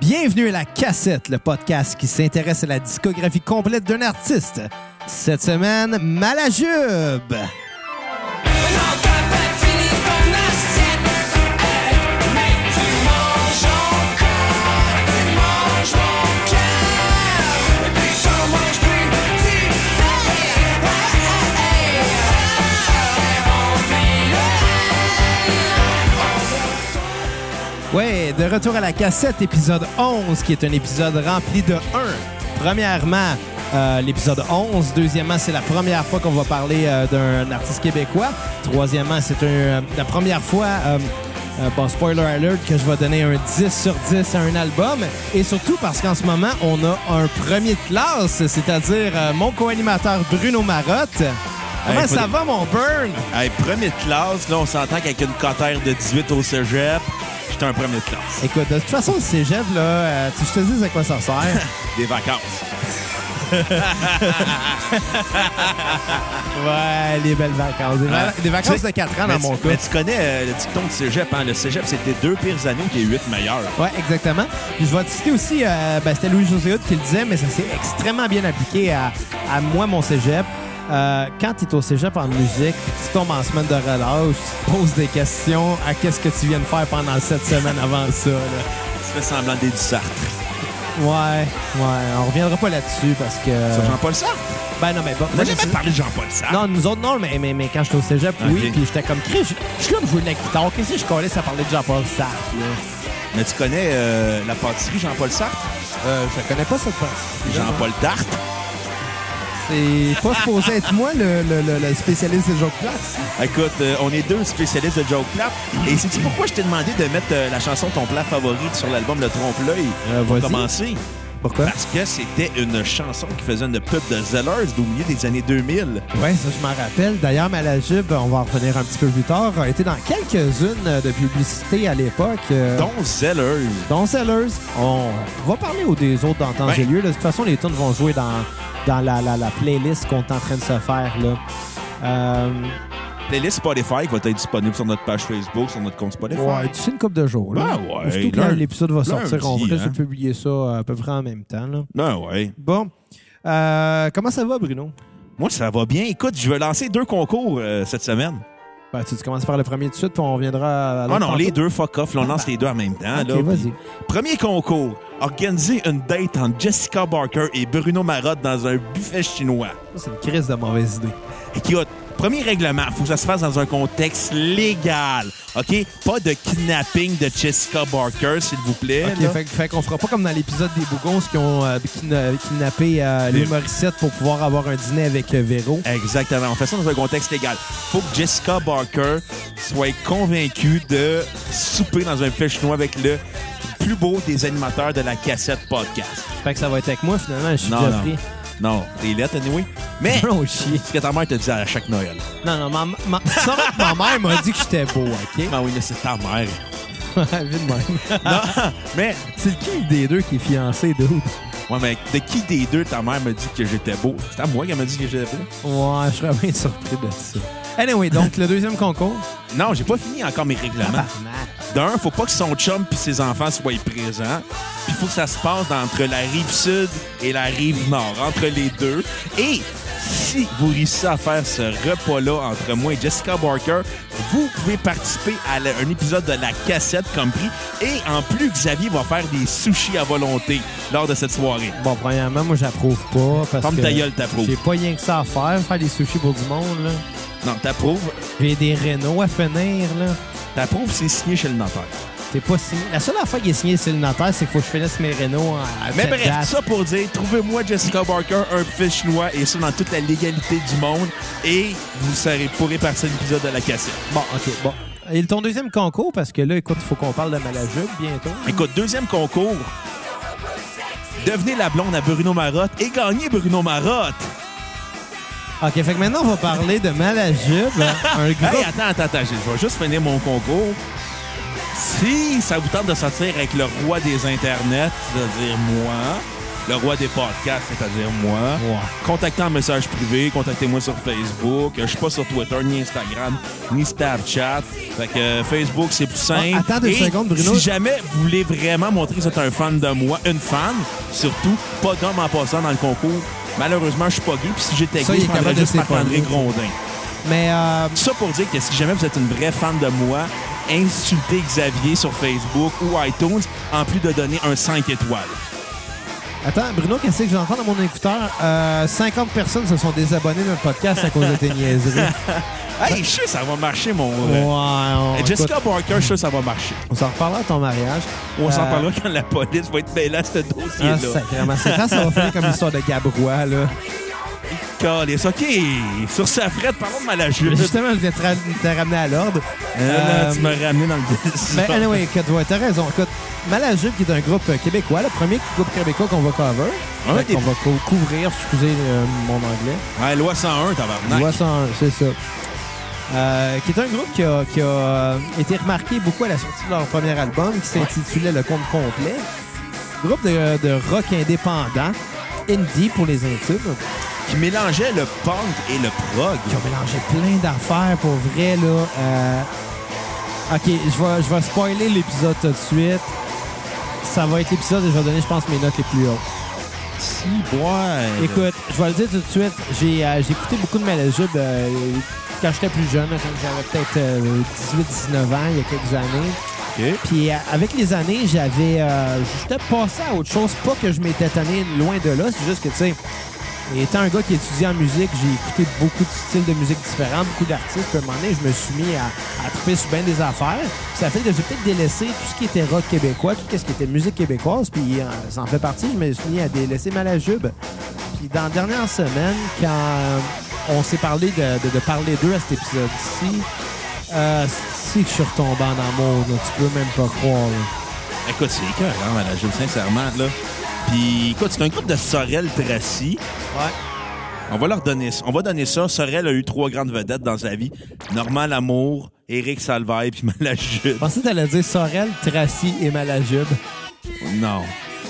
Bienvenue à La Cassette, le podcast qui s'intéresse à la discographie complète d'un artiste. Cette semaine, Malajube. Ouais, de retour à la cassette, épisode 11, qui est un épisode rempli de 1. Premièrement, euh, l'épisode 11. Deuxièmement, c'est la première fois qu'on va parler euh, d'un artiste québécois. Troisièmement, c'est un, euh, la première fois, euh, euh, bon, spoiler alert, que je vais donner un 10 sur 10 à un album. Et surtout parce qu'en ce moment, on a un premier de classe, c'est-à-dire euh, mon co-animateur Bruno Marotte. Comment Hey, faut- ça va, mon Burn? Hey, premier de classe, là, on s'entend qu'avec une cotère de 18 au cégep, j'étais un premier de classe. Écoute, de toute façon, le cégep, là, euh, tu- je te dis à quoi ça sert. Des vacances. Ah, Ouais, les belles vacances. Des, va- Ouais. des vacances Tu sais, de 4 ans mais dans tu- mon cas. Mais tu connais euh, le dicton du cégep, hein? Le cégep, c'était deux pires années qui est huit meilleures. Ouais, exactement. Puis je vais te citer aussi, euh, ben, c'était Louis-José Hood qui le disait, mais ça s'est extrêmement bien appliqué à, à moi, mon cégep. Euh, quand tu es au cégep en musique, puis tu tombes en semaine de relâche, tu te poses des questions à qu'est-ce que tu viens de faire pendant sept semaines avant ça. là. Tu fais semblant d'être du Sartre. Euh. Ouais, ouais, on reviendra pas là-dessus parce que... C'est Jean-Paul Sartre? Ben non, mais bon, On n'a moi, jamais je- parlé de Jean-Paul Sartre. Non, nous autres, non, mais, mais, mais quand j'étais au cégep, oui, Ok. puis j'étais comme, Chris, je je suis là pour jouer de la guitare. Qu'est-ce que je collais ça parler de Jean-Paul Sartre, là? Mais tu connais euh, la pâtisserie Jean-Paul Sartre? Euh, je connais pas cette partie. Jean-Paul Tarte? C'est pas supposé être moi le, le- le- le spécialiste des jeux de place. Écoute, euh, on est deux spécialistes de Joe Clap. Et c'est pourquoi je t'ai demandé de mettre euh, la chanson Ton plat favori sur l'album Le Trompe-l'œil Euh, pour vas-y. commencer? Pourquoi? Parce que c'était une chanson qui faisait une pub de Zellers au milieu des années 2000. Ouais, ça je m'en rappelle. D'ailleurs, Malajube, on va en revenir un petit peu plus tard, a été dans quelques-unes de publicités à l'époque. euh, Dont Zellers. dont Sellers. On va parler aux des autres dans temps Ouais. et lieu. là. De toute façon, les tunes vont jouer dans, dans la, la- la playlist qu'on est en train de se faire. Là. Euh, Playlist Spotify qui va être disponible sur notre page Facebook, sur notre compte Spotify. Ouais, tu sais, une couple de jours. Là. Ben ouais, Surtout que lundi- l'épisode va sortir, on lundi, risque hein. de publier ça à peu près en même temps. là. Non, Ben ouais. Bon. Euh, comment ça va, Bruno? Moi, ça va bien. Écoute, je vais lancer deux concours euh, cette semaine. Ben, tu, tu commences par le premier tout de suite, puis on reviendra à Ah non, l'autre les tantôt. deux fuck off. là, on lance les deux en même temps. Ok, là. vas-y. Premier concours. Organiser une date entre Jessica Barker et Bruno Marotte dans un buffet chinois. Ça, C'est une crise de mauvaise idée. Écoute, premier règlement, faut que ça se fasse dans un contexte légal. OK? Pas de kidnapping de Jessica Barker, s'il vous plaît. OK, Eh là. fait, fait qu'on fera pas comme dans l'épisode des Bougons qui ont euh, kidna- kidnappé euh, Les- les Morissette pour pouvoir avoir un dîner avec euh, Véro. Exactement. On fait ça dans un contexte légal. Faut que Jessica Barker soit convaincue de souper dans un buffet chinois avec le plus beau des animateurs de la cassette podcast. Fait que ça va être avec moi, finalement. Je suis Non, déjà non. pris. Non, t'es lettre, anyway. Mais, Non, chier. ce que ta mère te dit à chaque Noël. Non, non, ma, ma, ça va que ma mère m'a dit que j'étais beau, OK? Ah oui, mais c'est ta mère. Vite même. Non, mais, C'est lequel des deux qui est fiancé, dude? ouais, mais de qui des deux ta mère m'a dit que j'étais beau? C'est à moi qu'elle m'a dit que j'étais beau? Ouais, je serais bien surpris de ça. Anyway, donc le deuxième concours. Non, j'ai pas fini encore mes règlements. D'un, faut pas que son chum puis ses enfants soient présents. Puis faut que ça se passe entre la rive sud et la rive nord, entre les deux. Et si vous réussissez à faire ce repas-là entre moi et Jessica Barker, vous pouvez participer à la- un épisode de la cassette comme prix. Et en plus, Xavier va faire des sushis à volonté lors de cette soirée. Bon, premièrement, moi, j'approuve pas. Parce Ferme que ta gueule, t'approuves. J'ai pas rien que ça à faire, faire des sushis pour du monde, là. Non, t'approuves? J'ai des rénaux à finir, là. T'approuves, c'est signé chez le notaire. T'es pas signé. La seule affaire qui est signée, c'est le notaire, c'est qu'il faut que je finisse mes rénaux à, à Mais cette bref, date. tout ça pour dire, trouvez-moi Jessica Barker, un fish chinois, et ça dans toute la légalité du monde, et vous serez pourrez partir l'épisode de la cassette. Bon, OK, bon. Et ton deuxième concours, parce que là, écoute, il faut qu'on parle de Malajube bientôt. Écoute, deuxième concours. Devenez la blonde à Bruno Marotte et gagnez Bruno Marotte. OK, fait que maintenant, on va parler de Malajube, hein. un groupe... Hey, attends, attends, attends, je vais juste finir mon concours. Si ça vous tente de sortir avec le roi des internets, c'est-à-dire moi, le roi des podcasts, c'est-à-dire moi. Ouais. Contactez en message privé, contactez-moi sur Facebook. Euh, Je suis pas sur Twitter, ni Instagram, ni Snapchat. Fait que euh, Facebook, c'est plus simple. Ah, attends une Et seconde, Bruno. Si jamais vous voulez vraiment montrer que vous êtes un fan de moi, une fan, surtout, pas d'homme en passant dans le concours, malheureusement, je suis pas gay. Puis si j'étais Ça, gay, il je est capable prendrais de juste s'épanouir. Marc-André Grondin. Mais euh, Ça pour dire que si jamais vous êtes une vraie fan de moi, insultez Xavier sur Facebook ou iTunes en plus de donner un 5 étoiles. attends, Bruno, qu'est-ce que j'entends dans mon écouteur? Euh, 50 personnes se sont désabonnées de notre podcast à cause de tes niaiseries. Hey, je suis sûr que ça va marcher, mon. Ouais, on, Euh, Jessica Barker, je suis sûr que ça va marcher. écoute, on s'en reparlera à ton mariage. On s'en Euh, parlera quand la police va être mêlée à ce Ah, dossier-là. sacrément. C'est quand ça va finir comme l'histoire de Gabrois, là. Calisse. OK. Sur sa frette, parlons de Mais Malajute. Justement, je vais te, ra- te ramener à l'ordre. Euh, Euh, tu m'as ramené dans le dessin. Mais anyway, écoute, ouais, t'as raison. Écoute, Malajube, qui est un groupe euh, québécois, le premier groupe québécois qu'on va cover. Un Fait des- qu'on va cou- couvrir, excusez euh, mon anglais. Ouais, loi 101, tabarnak. Voix 101, c'est ça. Euh, qui est un groupe qui a, qui a, euh, été remarqué beaucoup à la sortie de leur premier album, qui s'intitulait Le Compte Complet. Groupe de, de rock indépendant, indie pour les intimes, Qui mélangeait le punk et le prog. qui ont mélangé plein d'affaires pour vrai. Là, Euh, Ok, je vais, je vais spoiler l'épisode tout de suite. Ça va être l'épisode et je vais donner, je pense, mes notes les plus hautes. Si, boy. Écoute, je vais le dire tout de suite, j'ai euh, j'ai écouté beaucoup de Malajub euh, quand j'étais plus jeune, quand j'avais peut-être euh, 18-19 ans, il y a quelques années. OK. Puis euh, avec les années, j'avais. euh, J'étais passé à autre chose. Pas que je m'étais tanné loin de là, c'est juste que, tu sais, étant un gars qui étudie en musique, j'ai écouté beaucoup de styles de musique différents, beaucoup d'artistes. Puis à un moment donné, je me suis mis à, à triper sur bien des affaires. Puis ça fait que j'ai peut-être délaissé tout ce qui était rock québécois, tout ce qui était musique québécoise. Puis euh, ça en fait partie, je me suis mis à délaisser Malajube. Puis dans la dernière semaine, quand euh, on s'est parlé de, de, de parler d'eux à cet épisode-ci, euh, si que je suis retombé en amour, là, tu peux même pas croire. là. Écoute, c'est écœurant, Malajute, sincèrement, là. Puis, écoute, c'est un groupe de Sorel-Tracy. On va leur donner ça. On va donner ça. Sorel a eu trois grandes vedettes dans sa vie. Normand Lamour, Éric Salvaille, puis Malajube. Je pensais que t'allais dire Sorel, Tracy et Malajube. Non.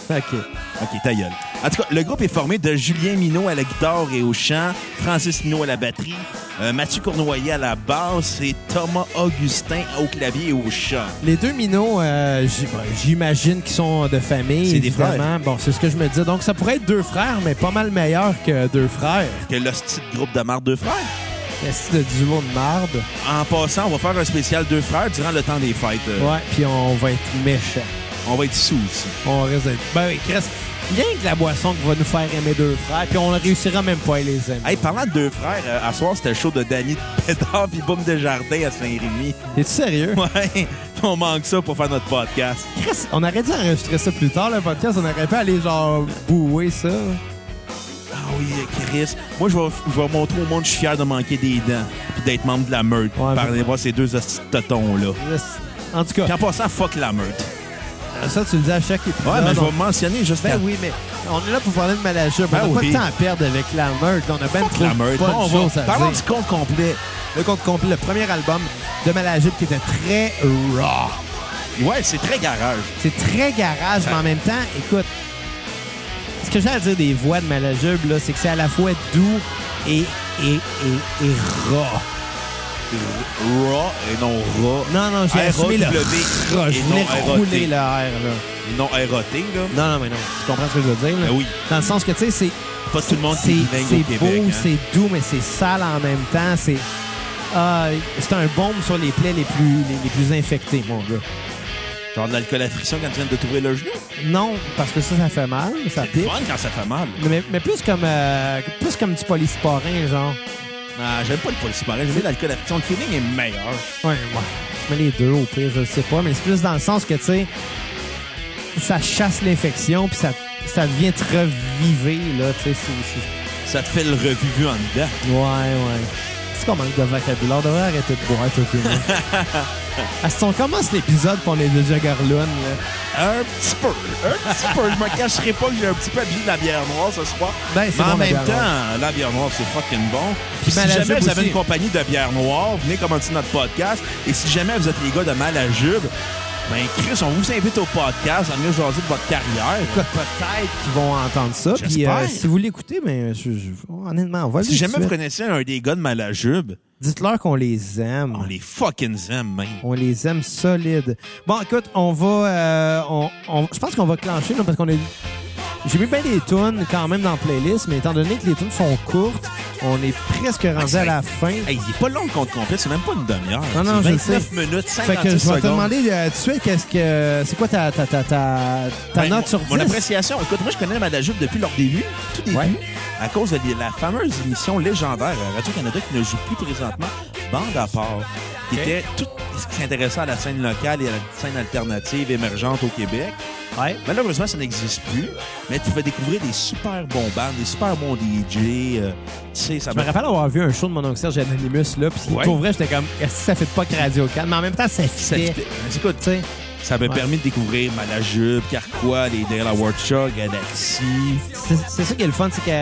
OK. OK, ta gueule. En tout cas, le groupe est formé de Julien Minot à la guitare et au chant, Francis Minot à la batterie, euh, Mathieu Cournoyer à la basse et Thomas Augustin au clavier et au chant. Les deux minots, euh, j- ben, j'imagine qu'ils sont de famille, C'est des évidemment. frères. Bon, c'est ce que je me dis. Donc, ça pourrait être deux frères, mais pas mal meilleur que deux frères. Que le style groupe de marre deux frères. Est-ce que du monde de marde? En passant, on va faire un spécial deux frères durant le temps des fêtes. Euh, Ouais, puis on va être méchants. On va être sous aussi. On risque d'être... Ben oui, Chris, rien que la boisson qui va nous faire aimer deux frères, puis on ne réussira même pas à les aimer. Hey, parlant de deux frères, euh, à soir, c'était le show de Danny Pédard puis Boum Desjardins à Saint-Rémy. Es-tu sérieux? Ouais, on manque ça pour faire notre podcast. Chris, on aurait dû enregistrer ça plus tard, le podcast. On aurait pu aller, genre, bouer ça. Ah oui, Chris. Moi, je vais, je vais montrer au monde que je suis fier de manquer des dents puis d'être membre de la meute. Ouais, par ouais. aller voir ces deux hosties de totons-là. En tout Puis cas, en passant, fuck la meute. ça, tu le dis à chaque épisode. Ouais, mais je on- vais mentionner juste Ben la- oui, mais on est là pour parler de Malajub. Ben on n'a oui. pas de temps à perdre avec la meute. On a ben fuck trop la meute. pas Bon, de on choses va... à Parlons dire. du compte complet. Le compte complet, le premier album de Malajub qui était très raw. Ouais, c'est très garage. C'est très garage, mais en même temps, écoute, ce que j'ai à dire des voix de Malajub, là, c'est que c'est à la fois doux et, et, et, et raw. Raw et non raw. Non, non, j'ai assumé le R-A-W raw. Je et voulais non rouler R-A-T. le R, là. Et Non éroté, là. Non, non, mais non. Tu comprends ce que je veux dire? là? Ben oui. Dans le sens que, tu sais, c'est Pas tout le monde c'est qui est bilingue au c'est Québec. beau, hein. c'est doux, mais c'est sale en même temps. C'est ah, c'est un bombe sur les plaies les plus, les, les plus infectées, mon gars. Genre de l'alcool à friction quand tu viens de t'ouvrir le genou. Non, parce que ça, ça fait mal, ça C'est pique. fun quand ça fait mal. Mais, mais plus comme euh, plus comme du polysporin, genre. Ah, j'aime pas le polysporin, j'aime l'alcool à friction. Le feeling est meilleur. Ouais, ouais. Je mets les deux au pire, je sais pas, mais c'est plus dans le sens que, tu sais, ça chasse l'infection, puis ça, ça devient te reviver, là, tu sais. c'est- c'est- Ça te fait le revu en dedans. Ouais, ouais. C'est qu'on manque de vocabulaire. On devrait arrêter de boire, tout le monde. Ah, si on commence l'épisode pour les déjà garloune, là. Un petit peu. Un petit peu. Je me cacherai pas que j'ai un petit peu abusé de la bière noire ce soir. Ben, c'est Mais en bon, la même bière temps, la bière noire, c'est fucking bon. Puis si Malajube jamais vous avez aussi. une compagnie de bière noire, venez commenter notre podcast. Et si jamais vous êtes les gars de Malajube, Ben, Chris, on vous invite au podcast, à mieux jaser de votre carrière. Écoute, peut-être qu'ils vont entendre ça. Puis J'espère. euh, si vous l'écoutez, ben, je- je- honnêtement, on va Si jamais vous connaissez un des gars de Malajube, Dites-leur qu'on les aime. on les fucking aime, même. On les aime solides. Bon, écoute, on va. euh, on, on- je pense qu'on va clencher, là, parce qu'on a. J'ai mis bien des tunes quand même dans la playlist, mais étant donné que les tunes sont courtes, on est presque rendu à la fin. Hey, il est pas long le compte complet, c'est même pas une demi-heure. Non, non, C'est je sais. 29 minutes, 56 Fait que je vais secondes. te demander euh, tout de suite, qu'est-ce que. C'est quoi ta, ta, ta, ta, ta Ben, note mon- sur 10? Mon appréciation. Écoute, moi, je connais Malajube depuis leur début, tout début, Ouais. à cause de la fameuse émission légendaire à Radio-Canada qui ne joue plus présentement, Bande à part, qui Ok. était tout ce qui s'intéressait à la scène locale et à la scène alternative émergente au Québec. Ouais. Malheureusement, ça n'existe plus, mais tu vas découvrir des super bons bands, des super bons DJ. euh, tu sais, ça Je me m'a- rappelle avoir vu un show de mon oncle Serge Anonymous, là, puis Ouais. pour vrai, j'étais comme, est-ce que ça fait pas que Radio Can? Mais en même temps, ça ça- fait. Écoute, ça m'a Ouais. permis de découvrir Malajube, Carquois, les Delaware Chuck, Galaxy. C'est c'est ça qui est le fun, c'est qu'il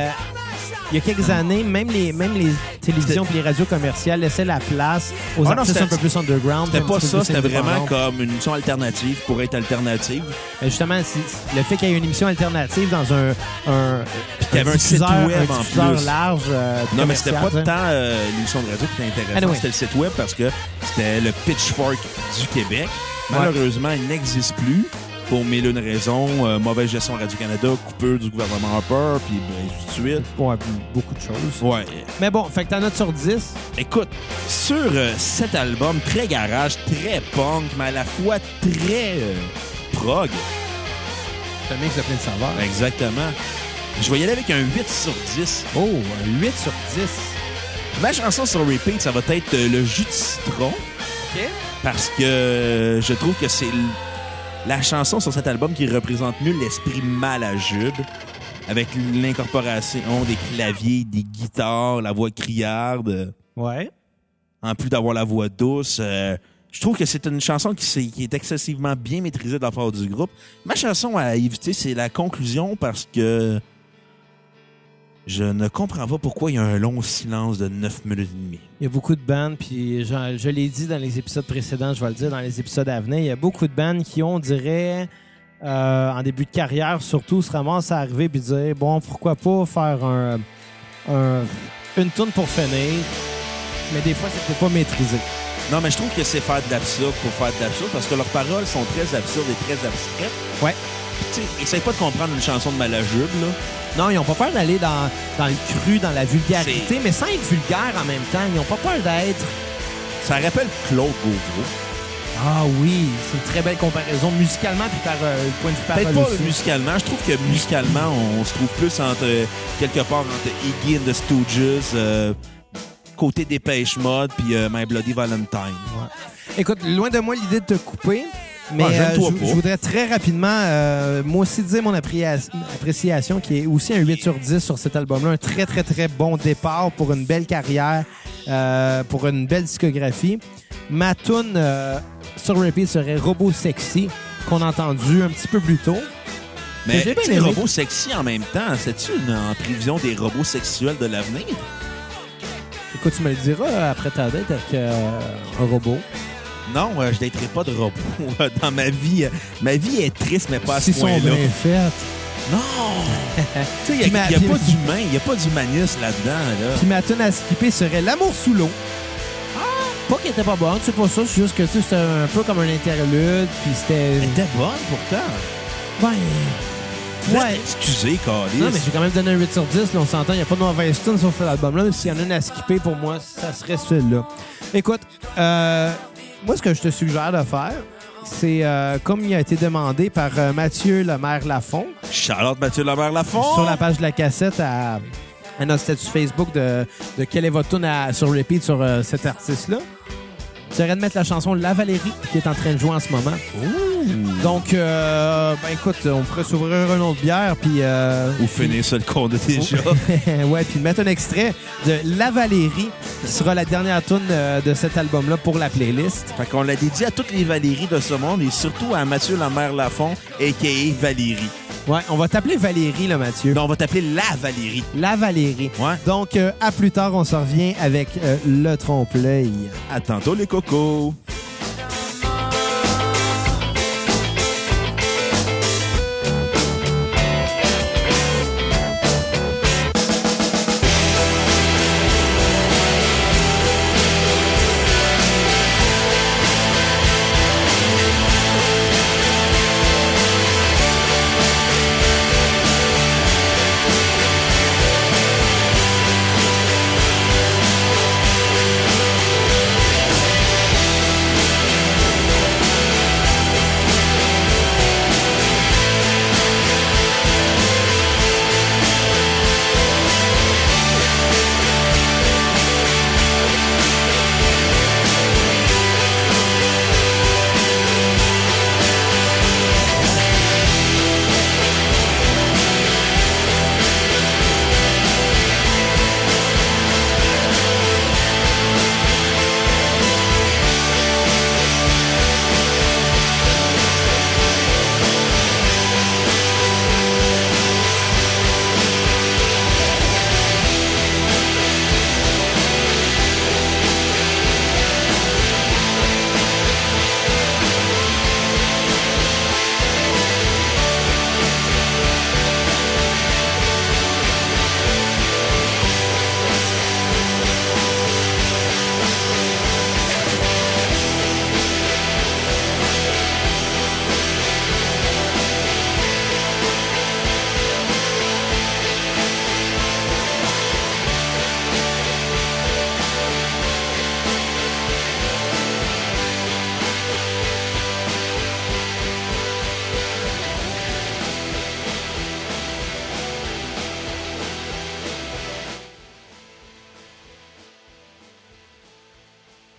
y a quelques années, même les, même les télévisions et les radios commerciales laissaient la place aux Ah non, artistes c'était- un peu plus underground. un C'était pas petit peu ça, plus c'était vraiment indépendants. comme une émission alternative pour être alternative. Mais justement, c'est- le fait qu'il y ait une émission alternative dans un. un Puis qu'il y avait un site web en plus. large. euh, Non, mais c'était pas commercial, tant euh, l'émission de radio qui était intéressante, Anyway. c'était le site web parce que c'était le Pitchfork du Québec. Malheureusement, il n'existe plus pour mille et une raisons. Euh, mauvaise gestion Radio-Canada, coupure du gouvernement Harper, puis ben, tout de suite. t'sais. Ouais, puis beaucoup de choses. Ouais. Mais bon, fait que ta note sur 10, Écoute, sur euh, cet album très garage, très punk, mais à la fois très euh, prog, c'est un mix de plein de saveurs. exactement, je vais y aller avec un 8 sur 10. Oh, un 8 sur 10. Ma chanson sur repeat, ça va être euh, le jus de citron. OK. parce que euh, je trouve que c'est l- la chanson sur cet album qui représente mieux l'esprit mal à Jude, avec l'incorporation des claviers, des guitares, la voix criarde, Ouais. en plus d'avoir la voix douce. euh, je trouve que c'est une chanson qui, s'est- qui est excessivement bien maîtrisée de la part du groupe. Ma chanson à éviter, c'est la conclusion parce que je ne comprends pas pourquoi il y a un long silence de 9 minutes et demie. Il y a beaucoup de bandes, puis je, je l'ai dit dans les épisodes précédents, je vais le dire dans les épisodes à venir, il y a beaucoup de bandes qui, on dirait, euh, en début de carrière surtout, se ramassent à arriver puis dire bon, pourquoi pas faire un, un- une tourne pour finir, mais des fois, c'était pas maîtrisé. Non, mais je trouve que c'est faire de l'absurde pour faire de l'absurde parce que leurs paroles sont très absurdes et très abstraites. Ouais. Puis, tu sais, essaye pas de comprendre une chanson de Malajube, là. Non, ils n'ont pas peur d'aller dans, dans le cru, dans la vulgarité, mais sans être vulgaire en même temps. Ils n'ont pas peur d'être. Ça rappelle Claude Gauvreau. Ah oui, c'est une très belle comparaison musicalement, puis par euh, le point de vue parole Peut-être pas aussi. musicalement. Je trouve que musicalement, on, se trouve plus entre, euh, quelque part, entre Iggy and the Stooges, euh, côté Dépêche Mode, puis euh, My Bloody Valentine. Écoute, loin de moi l'idée de te couper, mais Ah, j'aime-toi euh, je, pas. je voudrais très rapidement, euh, moi aussi, dire mon apprécia- appréciation, qui est aussi un 8 sur 10 sur cet album-là. Un très, très, très bon départ pour une belle carrière, euh, pour une belle discographie. Ma tune euh, sur repeat serait Robot Sexy, qu'on a entendu un petit peu plus tôt. Mais j'ai bien les aimé. robots sexy en même temps, c'est-tu une- en prévision des robots sexuels de l'avenir? Écoute, tu me le diras après ta date avec euh, un robot. Non, euh, je daterai pas de robot euh, dans ma vie. euh, Ma vie est triste, mais pas à ce si sont point-là. bien faites. Non! tu sais, il Puis n'y a, ma- y a puis- pas d'humain, il n'y a pas d'humanisme là-dedans. Là. Puis ma tune à skipper serait L'amour sous l'eau. Pas qu'elle était pas bonne, c'est pas ça, c'est juste que tu sais, c'était un peu comme un interlude, puis c'était. Elle était bonne pourtant. Ben. Ouais. Excusez, Calis. Non, mais j'ai quand même donné un 8 sur 10, là, on s'entend, il n'y a pas de mauvaise tune sur cet album-là. S'il y en a une à skipper, pour moi, ça serait celui-là. Écoute, euh, moi, ce que je te suggère de faire, c'est euh, comme il a été demandé par euh, Mathieu Lemaire Lafont, Charlotte Mathieu Lambert Lafont. sur la page de la cassette à, ah à notre statut Facebook de, de quelle est votre tune à- sur repeat sur euh, cet artiste-là. J'aurais de mettre la chanson La Valérie qui est en train de jouer en ce moment. Donc, euh, ben écoute, on pourrait s'ouvrir une autre bière puis. euh, Ou finir ça le con de déjà. ouais, puis mettre un extrait de La Valérie qui sera la dernière tune euh, de cet album-là pour la playlist. fait qu'on l'a dédié à toutes les Valéries de ce monde et surtout à Mathieu Lambert Lafont, a.k.a. Valérie. Ouais, on va t'appeler Valérie, là, Mathieu. Non, on va t'appeler la Valérie. La Valérie. Ouais. Donc, euh, à plus tard, on se revient avec euh, le trompe-l'œil. À tantôt les cocos. Thank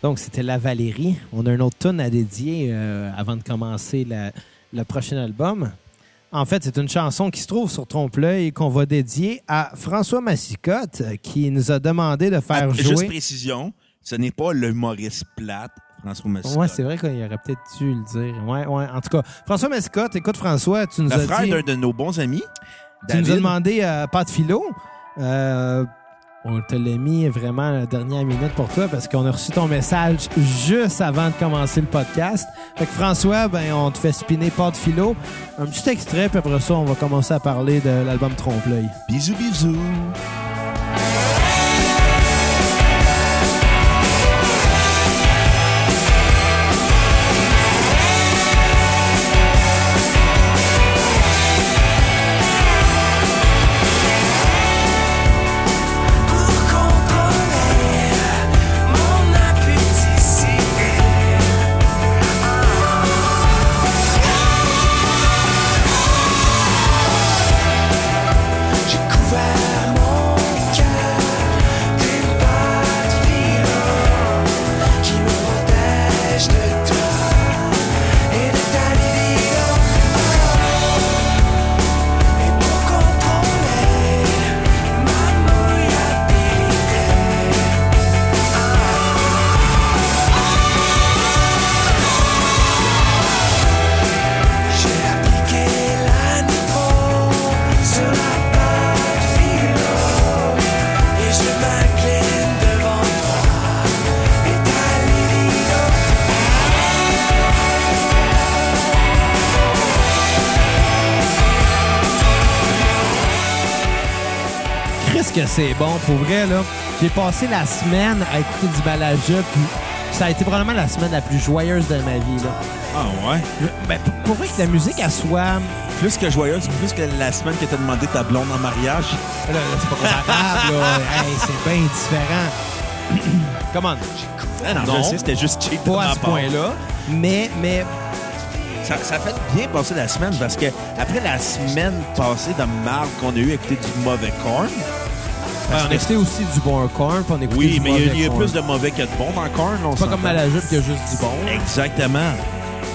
Donc, c'était La Valérie. On a un autre tune à dédier euh, avant de commencer la- le prochain album. En fait, c'est une chanson qui se trouve sur Trompe-l'œil et qu'on va dédier à François Massicotte euh, qui nous a demandé de faire Ah, Juste jouer. précision, ce n'est pas le Maurice Plate, François Massicotte. Ouais, c'est vrai qu'il aurait peut-être dû le dire. Ouais, ouais. En tout cas, François Massicotte, écoute, François, tu nous Le as frère dit. d'un de nos bons amis, Tu David. nous as demandé euh, pas de philo. Euh, on te l'a mis vraiment à la dernière minute pour toi parce qu'on a reçu ton message juste avant de commencer le podcast. Fait que François, ben, on te fait spinner pas de philo. Un petit extrait, puis après ça, on va commencer à parler de l'album Trompe-l'œil. Bisous, bisous. Pour contrôler mon appétit civil J'ai couvert mon cœur d'une pâte violente Qui me protège de toi et de ta libido Et pour contrôler ma mouillabilité J'ai appliqué la névrose sur la pâte philo Et je m'incline devant toi et ta libido Qu'est-ce que c'est bon, pour vrai, là. J'ai passé la semaine à écouter du Balaja, puis ça a été probablement la semaine la plus joyeuse de ma vie, là. Ah ouais? Ben, pour- pour vrai que la musique, elle soit... Plus que joyeuse, plus que la semaine que t'as demandé ta blonde en mariage. Là, là, c'est pas comparable, là. Hey, c'est bien différent. Come on. Ah non, Non. je sais, c'était juste cheap de pas ma à ce part. point-là, mais, mais Ça, ça fait bien passer la semaine parce que après la semaine passée de marde qu'on a eu à écouter du mauvais corn. on a écouté aussi du bon corn, puis on a écouté Oui, du mais il y a- il y, a mauvais plus corn. de mauvais que de bon dans corn. on C'est pas s'entend. comme Malajub qui a juste du bon. Exactement.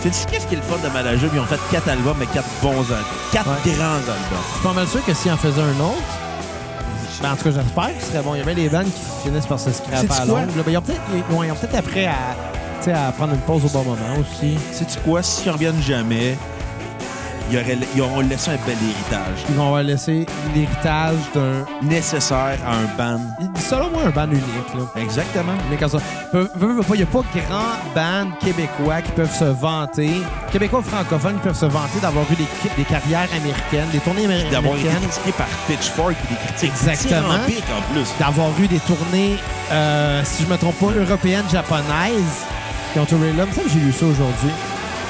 Tu sais, qu'est-ce qui est le fun de Malajub? Ils ont fait quatre albums et quatre bons albums. Quatre Ouais. grands albums. Je suis pas mal sûr que s'il en faisait un autre, ben, en tout cas, j'espère que ce serait bon. Il y a bien des bandes qui finissent par se scraper Sais-tu à quoi? l'ongle. là. Ben, ils ont peut-être ils ont- ils ont peut-être après à, tu sais, à prendre une pause au bon moment aussi. Sais-tu quoi? S'ils reviennent jamais, ils, auraient- ils auront laissé un bel héritage. Ils vont laisser l'héritage d'un, Nécessaire à un band. selon moi, un band unique. Là. Exactement. Mais quand ça. Peu- veux, veux pas, Il n'y a pas grand band québécois qui peuvent se vanter, québécois francophones qui peuvent se vanter d'avoir eu des, qui- des carrières américaines, des tournées améri- D'avoir été américaines, critiqué par Pitchfork et des critiques Exactement. dithyrambiques en plus. d'avoir eu des tournées, euh, si je me trompe pas, européennes, japonaises, qui ont tourné là. Il me semble que j'ai lu ça aujourd'hui.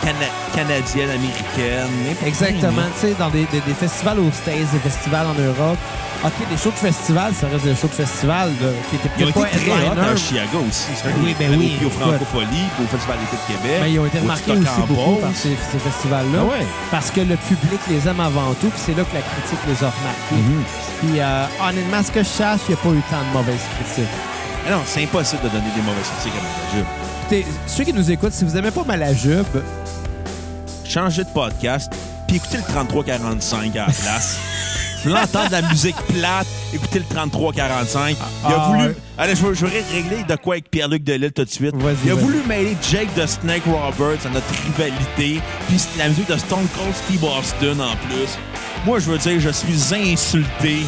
Cana- canadienne, américaine. n'importe Exactement, Hmm. tu sais, dans des, des- des festivals aux States, des festivals en Europe. OK, des shows de festival, ça reste des shows de festival là, qui étaient Ils ont peut-être été pas très hot headliners, à Chicago aussi. C'est un Oui, ben des oui, plus au écoute. Francophonie, au Festival d'été de Québec. mais ils ont été au remarqués Stock aussi en beaucoup Beauce. par ces, ces festivals-là. Ah ouais. parce que le public les aime avant tout, puis c'est là que la critique les a remarqués. Mhm. Puis euh, honnêtement, ce que je cherche, il n'y a pas eu tant de mauvaises critiques. Ah Non, c'est impossible de donner des mauvaises critiques à Malajub. Écoutez, ceux qui nous écoutent, si vous aimez pas Malajube, Changez de podcast, puis écoutez le 3345 à la place. Vous voulez entendre de la musique plate, écoutez le 3345. Il a Ah, voulu... ouais. Allez, je veux, je veux ré- régler de quoi avec Pierre-Luc Delisle tout de suite. Vas-y, Il a vas-y. voulu mêler Jake de Snake Roberts à notre rivalité, puis c'est la musique de Stone Cold Steve Austin en plus. Moi, je veux dire, je suis insulté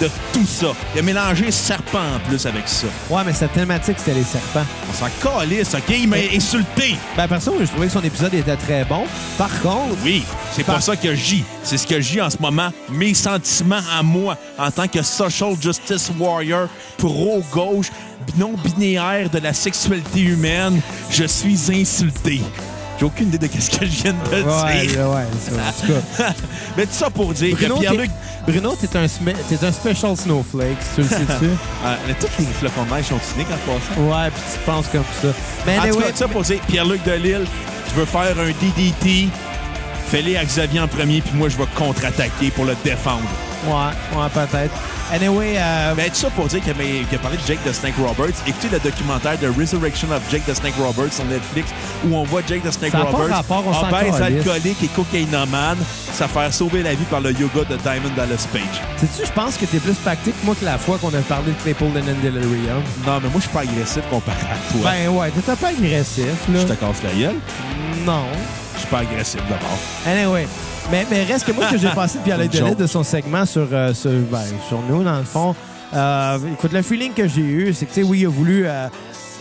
de tout ça. Il a mélangé serpent en plus avec ça. ouais, mais sa thématique, c'était les serpents. On s'en calisse, OK? Il m'a Mais- insulté. Ben, perso, je trouvais que son épisode était très bon. Par contre, Oui, c'est Par- pas ça que j'y. C'est ce que j'y en ce moment. Mes sentiments à moi en tant que social justice warrior, pro-gauche, non binaire de la sexualité humaine, je suis insulté. J'ai aucune idée de qu'est-ce que je viens de ouais, dire. ouais, ouais, c'est- en tout cas. Mais tout ça pour dire Bruno, que Pierre-Luc... t'es- Bruno, t'es un, sme- t'es un special snowflake, si tu le sais-tu? Ah, mais tous les flocons de neige sont uniques en passant. ouais, puis tu penses comme ça. Mais En tout anyway, cas, tout ça pour dire, Pierre-Luc Delisle, tu veux faire un DDT, fais-le à Xavier en premier, puis moi, je vais contre-attaquer pour le défendre. ouais, ouais, peut-être. Anyway, euh, Mais Ben, tout ça pour dire qu'il y a parlé de Jake the Snake Roberts. Écoutez le documentaire de Resurrection of Jake the Snake Roberts sur Netflix où on voit Jake the Snake Ça a pas Roberts, rapport, on s'en obèse, calisse. alcoolique et cocaïnomane, se faire sauver la vie par le yoga de Diamond Dallas Page. sais-tu, je pense que t'es plus pacté que moi que la fois qu'on a parlé de Claypool and Delirium. Non, mais moi, je suis pas agressif comparé à toi. Ben ouais, t'étais pas agressif, je te là. casse la gueule. Non. Je suis pas agressif d'abord. Anyway. Mais, mais reste que moi, ce que j'ai passé de Violet Une Delet joke. de son segment sur, euh, sur, ben, sur nous, dans le fond, euh, écoute, le feeling que j'ai eu, c'est que, tu sais, oui, il a voulu euh,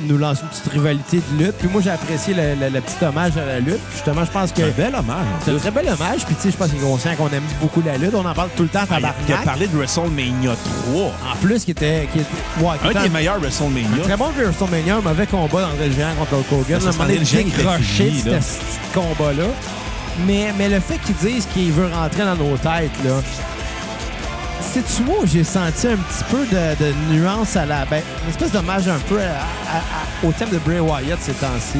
nous lancer une petite rivalité de lutte. Puis moi, j'ai apprécié le, le- le petit hommage à la lutte. Justement, je pense que C'est un bel hommage. c'est un très bel hommage. Puis, tu sais, je pense qu'il est conscient qu'on aime beaucoup la lutte. On en parle tout le temps, Ah, Il a- Il a tabarnak. parlé de WrestleMania 3. En plus, qui était... Qui était ouais, qui était Un en- des meilleurs WrestleMania. Très bon vieux WrestleMania, un mauvais combat dans le géant contre Hulk Hogan. Ça, Là, on ça est s'en est bien le géant qui croché était de fini, ce là. petit combat-là. Mais, mais le fait qu'ils disent qu'il veut rentrer dans nos têtes, là. C'est-tu moi où j'ai senti un petit peu de, de nuance à la. Ben, une espèce d'hommage un peu à- à- à- au thème de Bray Wyatt ces temps-ci.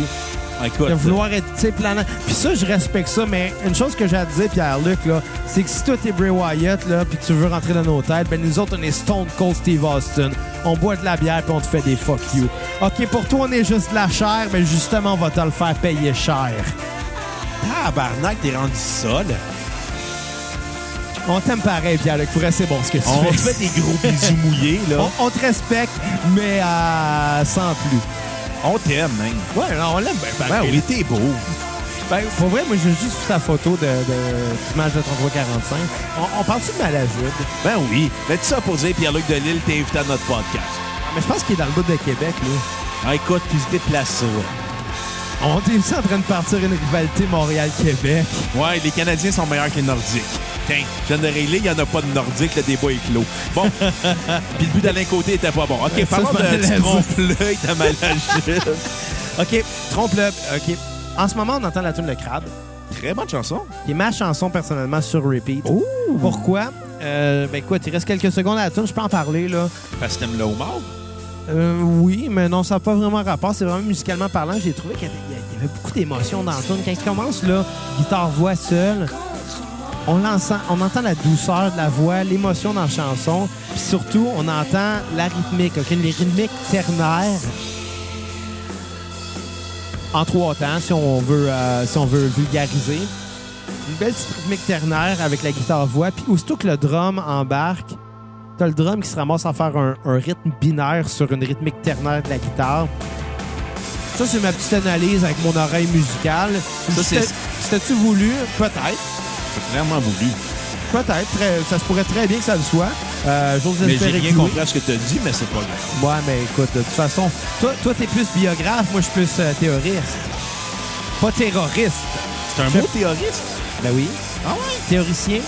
Écoute, De vouloir être tu sais, planant. Puis ça, je respecte ça, mais une chose que j'ai à te dire, Pierre-Luc, là, c'est que si toi t'es Bray Wyatt, là, puis que tu veux rentrer dans nos têtes, ben nous autres, on est Stone Cold Steve Austin. On boit de la bière, puis on te fait des fuck you. OK, pour toi, on est juste de la chair, mais justement, on va te le faire payer cher. tabarnak, t'es rendu sale. On t'aime pareil, Pierre-Luc. Faut rester bon ce que tu On te fais. fait des gros bisous mouillés, là. On, on te respecte, mais euh, sans plus. On t'aime, même. Ouais, non, on l'aime bien Ben pareil. oui, t'es beau. Ben, pour vrai, moi, j'ai juste vu sa photo de, de l'image de 3345. On, on parle-tu de Malajube? Ben oui. Mais tout ça pour dire, Pierre-Luc Delisle, t'es invité à notre podcast. Mais je pense qu'il est dans le bout de Québec, là. Ah, écoute, puis se déplace ça. On est aussi en train de partir une rivalité Montréal-Québec. Ouais, les Canadiens sont meilleurs que les Nordiques. Tiens, je viens de régler, il n'y en a pas de Nordiques, le débat est clos. Bon, puis le but d'Alain Côté était pas bon. OK, Ça, parlons je m'en de allais du dire. trompe-l'œil de Malachute. OK, trompe-le. OK. En ce moment, on entend la tune Le Crabe, Très bonne chanson. qui est ma chanson personnellement sur repeat. Oh! Pourquoi? Euh, ben écoute, il reste quelques secondes à la tune, je peux en parler, là. Parce que t'aimes le homard. Euh, oui, mais non, ça n'a pas vraiment rapport. C'est vraiment musicalement parlant. J'ai trouvé qu'il y avait, il y avait beaucoup d'émotions dans la tune. Quand il commence, là, guitare-voix seule, on, l'entend- on entend la douceur de la voix, l'émotion dans la chanson. Puis surtout, on entend la rythmique, OK? Les rythmiques ternaires en trois temps, si on veut, euh, si on veut vulgariser. Une belle petite rythmique ternaire avec la guitare-voix. Puis aussitôt que le drum embarque, T'as le drum qui se ramasse à faire un, un rythme binaire sur une rythmique ternaire de la guitare. Ça, c'est ma petite analyse avec mon oreille musicale. Ça, c'est- C'était-tu voulu? Peut-être. C'est clairement voulu. Peut-être. Très- Ça se pourrait très bien que ça le soit. Euh, J'ose Mais j'ai espérer rien que oui. compris à ce que t'as dit, mais c'est pas grave. Ouais, mais écoute, de toute façon, toi, toi, t'es plus biographe, moi, je suis plus euh, théoriste. Pas terroriste. C'est un Je- mot théoriste. Ben oui. Ah ouais? Théoricien.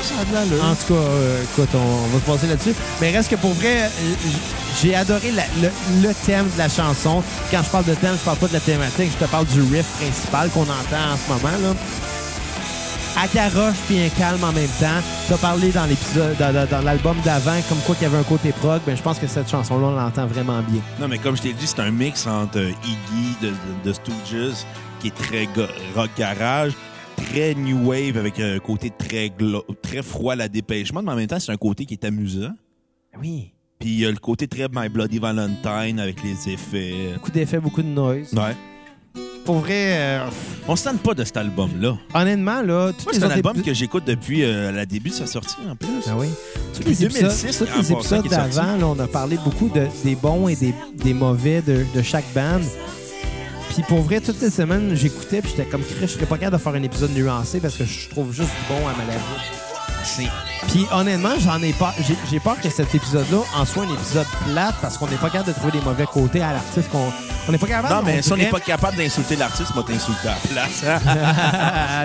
Ça a de l'allure. En tout cas, euh, écoute, on, on va se passer là-dessus. Mais reste que pour vrai, euh, j- j'ai adoré la- le, le thème de la chanson. Quand je parle de thème, je parle pas de la thématique, je te parle du riff principal qu'on entend en ce moment. Là. À garoche puis un calme en même temps. T'as parlé dans l'épisode, dans, dans- dans l'album d'avant, comme quoi qu'il y avait un côté prog. Ben, je pense que cette chanson-là, on l'entend vraiment bien. Non, mais comme je t'ai dit, c'est un mix entre euh, Iggy de, de- de Stooges, qui est très ga- rock garage, très new wave avec un côté très, glo- très froid à la dépêchement, mais en même temps, c'est un côté qui est amusant. Oui. Puis il y a le côté très My Bloody Valentine avec les effets. Beaucoup d'effets, beaucoup de noise. Ouais. Pour vrai, euh, On se tente pas de cet album-là. Moi, honnêtement, là, tous les c'est un autres album épis- que j'écoute depuis euh, la début de sa sortie, en plus. Ah oui. Tous Depuis les épisodes, 2006, tous en les passant, épisodes qui est sorti. d'avant, là, on a parlé beaucoup de- des bons et des, des mauvais de, de chaque band. Puis pour vrai, toutes ces semaines, j'écoutais puis j'étais comme Chris, je serais pas capable de faire un épisode nuancé parce que je trouve juste du bon à Malajou. C'est Puis honnêtement, j'en ai pas. J'ai, j'ai peur que cet épisode-là en soit un épisode plate parce qu'on n'est pas capable de trouver des mauvais côtés à l'artiste qu'on. Ah On n'est pas capable Non, mais si on n'est dirait- pas capable d'insulter l'artiste, moi, t'insulter à la place.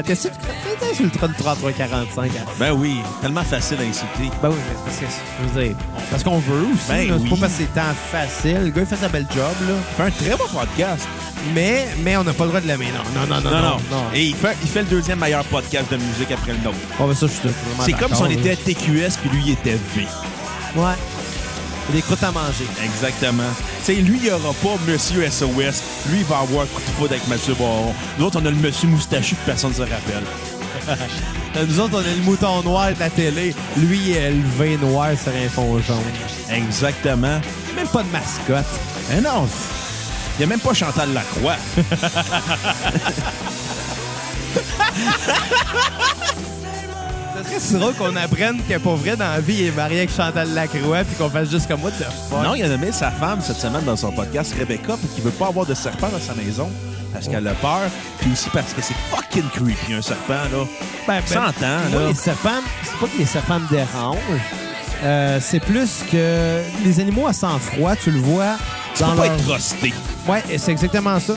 T'es sûr que t'es sur le 3345 après? ben oui, tellement facile à insulter. Ben oui, mais c'est parce que, je veux dire, parce qu'on veut aussi. Ben là. C'est pas oui. parce que c'est tant facile. Le gars, il fait sa belle job, là. Fait un très bon podcast. Mais, mais on n'a pas le droit de l'aimer. Non, non, non, non. Non, non. non. Et il fait, il fait le deuxième meilleur podcast de musique après le nôtre. Oh, ben ça, je suis vraiment C'est comme d'accord, si on là. était à TQS puis lui, il était V. Ouais. Des croûtes à manger. Exactement. Tu sais, lui, il n'y aura pas Monsieur SOS. Lui, il va avoir un coup de foudre avec Mathieu Baron. L'autre, on a le Monsieur Moustachu que personne ne se rappelle. Euh, Nous autres, on est le mouton noir de la télé. Lui, il est élevé noir sur un fond jaune. Exactement. Même pas de mascotte. Mais non, il n'y a même pas Chantal Lacroix. Ce serait si drôle qu'on apprenne que pour vrai, dans la vie, il est marié avec Chantal Lacroix puis qu'on fasse juste comme moi de fuck. Non, il a nommé sa femme cette semaine dans son podcast Rebecca parce qu'il veut pas avoir de serpent dans sa maison parce qu'elle a peur, puis aussi parce que c'est fucking creepy un serpent là. Ben, ben, 100 ans, moi, là. les serpents, c'est pas que les serpents me dérangent. Euh, c'est plus que les animaux à sang-froid, tu le vois Tu dans peux pas leur- être trusté. Ouais, et c'est exactement ça.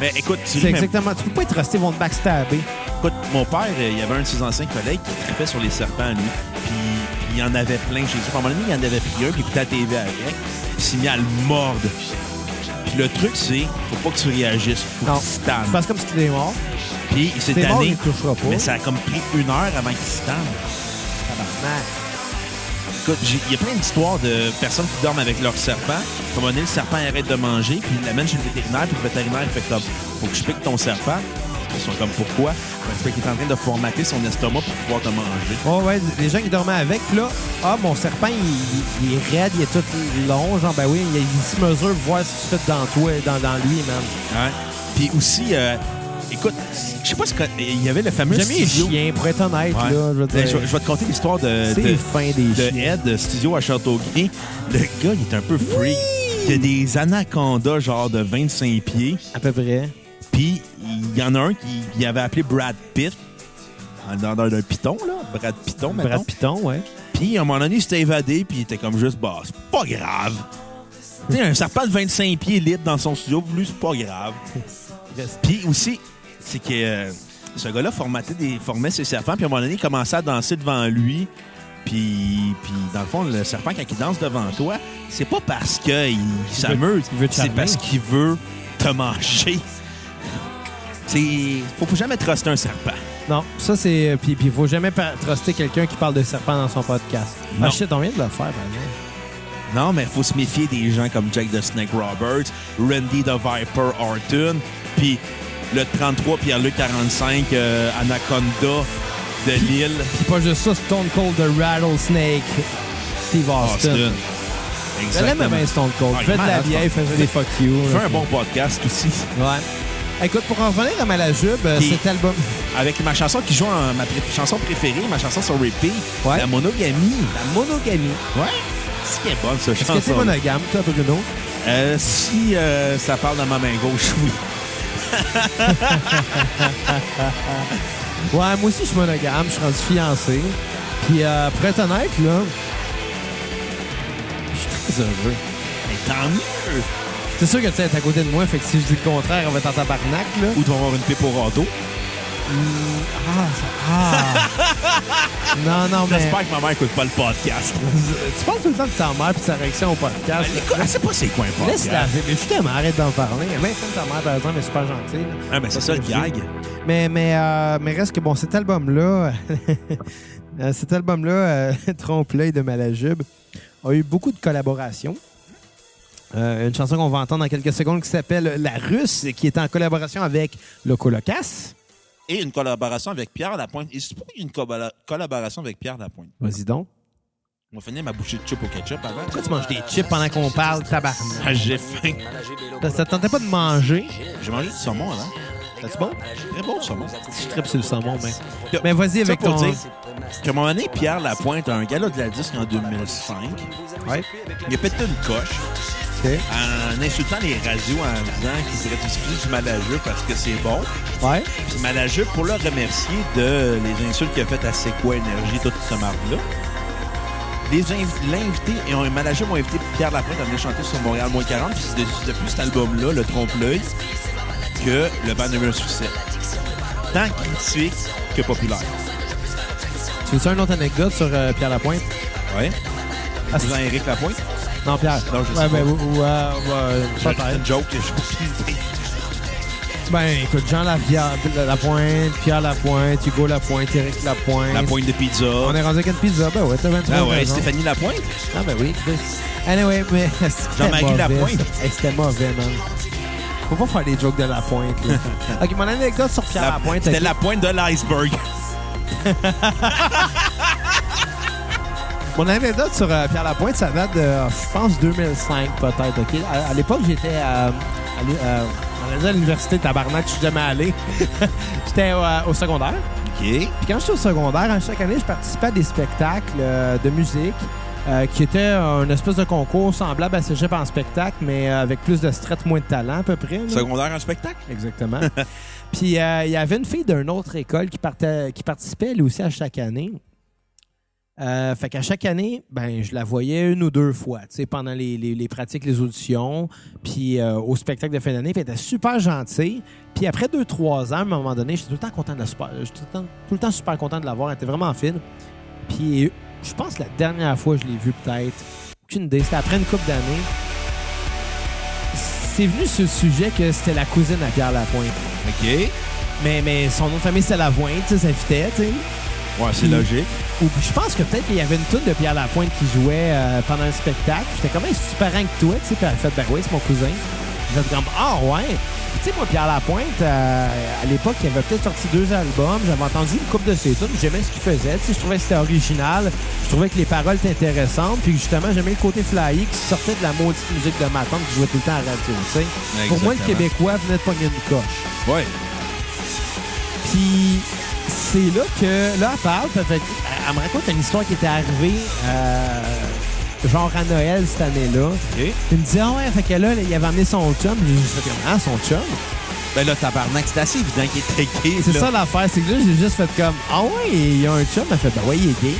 Mais écoute, tu C'est ris, mais exactement. Tu peux pas être resté, ils vont te backstabber. Écoute, mon père, euh, il y avait un de ses anciens collègues qui tripait sur les serpents, lui. Puis, puis il en avait plein chez lui. Puis, À un moment donné, il en avait pris un, puis il écoutait la TV avec. Puis il s'est mis à le mordre. Puis le truc, c'est, faut pas que tu réagisses. Faut Non. que tu te Tu tannes. fasses comme si tu étais mort. Puis il s'est t'es mort, tanné. il te touchera pas. Mais ça a comme pris une heure avant qu'il se tanne. Écoute, j'ai- il y a plein d'histoires de personnes qui dorment avec leur serpent. À un moment donné, le serpent il arrête de manger, puis il l'amène chez le vétérinaire, puis le vétérinaire il fait comme Faut que je pique ton serpent. Ils sont comme pourquoi? Ben, c'est parce qu'il est en train de formater son estomac pour pouvoir te manger. Oh ouais, les gens qui dormaient avec, là, ah, mon serpent, il, il- il est raide, il est tout long. Genre, ben oui, il, il se mesure pour voir ce que tu fais dans toi, dans, dans lui, man. Ouais. Puis aussi, euh, écoute, je sais pas ce que. Il y avait le fameux. J'aime les studio- chiens, pour être honnête, Ouais. là. Je veux Ben, dire, je vais- je vais te conter l'histoire de, c'est de, fin des de chiens. Ed, de studio à Châteauguay. Le gars, il est un peu freak. Il y a des anacondas, genre de 25 pieds. À peu près. Puis, il y en a un qui il avait appelé Brad Pitt. En dehors d'un piton, là. Brad Piton, maintenant. Brad Piton, ouais. Puis, à un moment donné, il s'était évadé, puis il était comme juste, bah, c'est pas grave. tu sais, un serpent de 25 pieds libre dans son studio, voulu, c'est pas grave. Puis aussi, c'est que euh, ce gars-là formatait des, formait ses serpents, puis à un moment donné, il commençait à danser devant lui. Puis, puis dans le fond, le serpent, quand il danse devant toi, c'est pas parce qu'il s'amuse, il veut te c'est charmer. parce qu'il veut te manger. C'est- Faut pas jamais truster un serpent. Non, ça c'est. euh, Puis il faut jamais pa- truster quelqu'un qui parle de serpent dans son podcast. Non. Ah shit, on vient de le faire, par exemple. Non, mais faut se méfier des gens comme Jack the Snake Roberts, Randy the Viper Orton, puis le 33 Pierre-Luc 45 euh, Anaconda de Lille. Puis pas juste ça, Stone Cold de Rattlesnake, Steve Austin. Austin. Je l'aime bien Stone Cold. Ah, il Fais de la malade, vieille, fais Stone- des fuck you. Fais là. un bon podcast aussi. Ouais. Écoute, pour en revenir à Malajube, euh, Puis- cet album. Avec ma chanson qui joue en, ma pré- chanson préférée, ma chanson sur repeat, Ouais. la monogamie. La monogamie. Ouais. C'est qui est bonne, ce Est-ce que chanson. t'es monogame, toi, Bruno? Euh, si euh, ça parle de ma main gauche, oui. Ouais, moi aussi, je suis monogame. Je suis rendu fiancé. Puis, euh, pour être honnête, là, je suis très heureux. Mais tant mieux. C'est sûr que tu sais, t'es à côté de moi, fait que si je dis le contraire, on va être en tabarnak, là. Ou tu vas avoir une pipe au radeau. Ah, ça... ah. non, non, mais... Ah, J'espère que ma mère écoute pas le podcast. Tu parles tout le temps de ta mère et de sa réaction au podcast. Elle, écoute- elle sait pas c'est quoi un podcast. Laisse la mais justement, arrête d'en parler. Même si ta mère, par exemple, est super gentille. là. Ah, ben, c'est ça le gag. Mais, mais, euh, mais reste que, bon, cet album-là, euh, cet album-là, euh, Trompe-l'œil de Malajube, a eu beaucoup de collaborations. Euh, une chanson qu'on va entendre dans quelques secondes qui s'appelle La Russe, qui est en collaboration avec Le Colocasse. Et une collaboration avec Pierre Lapointe. Et c'est pour une colla- collaboration avec Pierre Lapointe. Vas-y donc. On va finir ma bouchée de chips au ketchup avant. Pourquoi tu manges des chips pendant qu'on parle, tabarnak? Ah, J'ai faim. Ça- Ça te tentait pas de manger. J'ai mangé du saumon avant. C'est bon? Très bon le saumon. Je tripe sur le saumon, mais. Que- Mais Ben, vas-y avec Ça pour ton. dire que mon année, Pierre Lapointe a un gala de la disque en 2005. Ouais. Il a pété une coche en insultant les radios en disant qu'il serait diffusé du malageux parce que c'est bon. Ouais. Puis malageux, pour le remercier de les insultes qu'il a faites à C'est quoi Énergie, toute ce marde-là, les inv- l'invité, et un malageux m'a invité Pierre Lapointe à venir chanter sur Montréal moins 40. Puis c'est de- depuis cet album-là, Le Trompe-l'œil, que le band a eu un succès. Tant critique que populaire. Tu veux-tu une autre anecdote sur euh, Pierre Lapointe? Ouais. Ah, Disant Éric Lapointe. Non, Pierre. Non, je sais ouais, pas. ben, ou- ou, euh, ou, euh, C'est peut-être. une joke que je Ben, écoute, Jean Lapierre- Lapointe, Pierre Lapointe, Hugo Lapointe, Eric Lapointe. La pointe de pizza. On est rendu avec une pizza. Ben ouais, t'as 23 Ah ouais, raisons. Stéphanie Lapointe. Ah, ben oui. Anyway, mais. c'était Jean-Marie mauvais, Lapointe. ça. Hey, C'était mauvais, man. Faut pas faire des jokes de la pointe. là. ok, mon anecdote sur Pierre La- Lapointe. C'était ok. la pointe de l'iceberg. Mon anecdote sur euh, Pierre Lapointe, ça date de, euh, je pense, 2005 peut-être. ok? À, à l'époque, j'étais euh, à, l'u- euh, on allait dire à l'université de Tabarnak, je suis jamais allé. j'étais euh, au secondaire. OK. Puis quand j'étais au secondaire, à chaque année, je participais à des spectacles euh, de musique euh, qui étaient euh, une espèce de concours semblable à Cégep en spectacle, mais euh, avec plus de strat, moins de talent à peu près. là. Secondaire en spectacle? Exactement. Puis euh, il y avait une fille d'une autre école qui, partait, qui participait elle aussi à chaque année. Euh, fait qu'à chaque année, ben je la voyais une ou deux fois, tu sais, pendant les, les- les pratiques, les auditions, puis euh, au spectacle de fin d'année. Puis elle était super gentille. Puis après deux, trois ans, à un moment donné, j'étais tout le temps content de la super, j'étais tout le temps, tout le temps super content de la voir. Elle était vraiment fine. Puis je pense que la dernière fois que je l'ai vue, peut-être, aucune idée, c'était après une couple d'années c'est venu ce sujet que c'était la cousine à Pierre Lapointe. OK. Ouais, Mais, mais son nom de famille, c'était Lavointe, tu sais, ça fitait, tu sais. c'est logique. Ou puis je pense que peut-être qu'il y avait une toune de Pierre Lapointe qui jouait euh, pendant le spectacle. J'étais comme, hey, c'est parent que toi, tu sais. Puis elle a fait, ben oui, c'est mon cousin. J'étais comme, ah ouais. Tu sais, moi, Pierre Lapointe, euh, à l'époque, il avait peut-être sorti deux albums. J'avais entendu une couple de ses tunes. J'aimais ce qu'il faisait. Tu sais, je trouvais que c'était original. Je trouvais que les paroles étaient intéressantes. Puis justement, j'aimais le côté flyé qui sortait de la maudite musique de ma tante qui jouait tout le temps à la radio, tu sais. Pour moi, le Exactement. Québécois venait de pogner une coche. Ouais. Puis c'est là que là, elle parle, puis elle, fait- elle- elle me raconte une histoire qui était arrivée euh, genre à Noël cette année-là. OK. Puis elle me dit Ah ouais, fait que là, il avait amené son chum. Puis J'ai juste fait comme Ah, son chum? Ben là, tabarnak, c'est assez évident qu'il était gay. C'est là. ça l'affaire, c'est que là, j'ai juste fait comme Ah ouais, il y a un chum, elle fait Ben ouais, il est gay.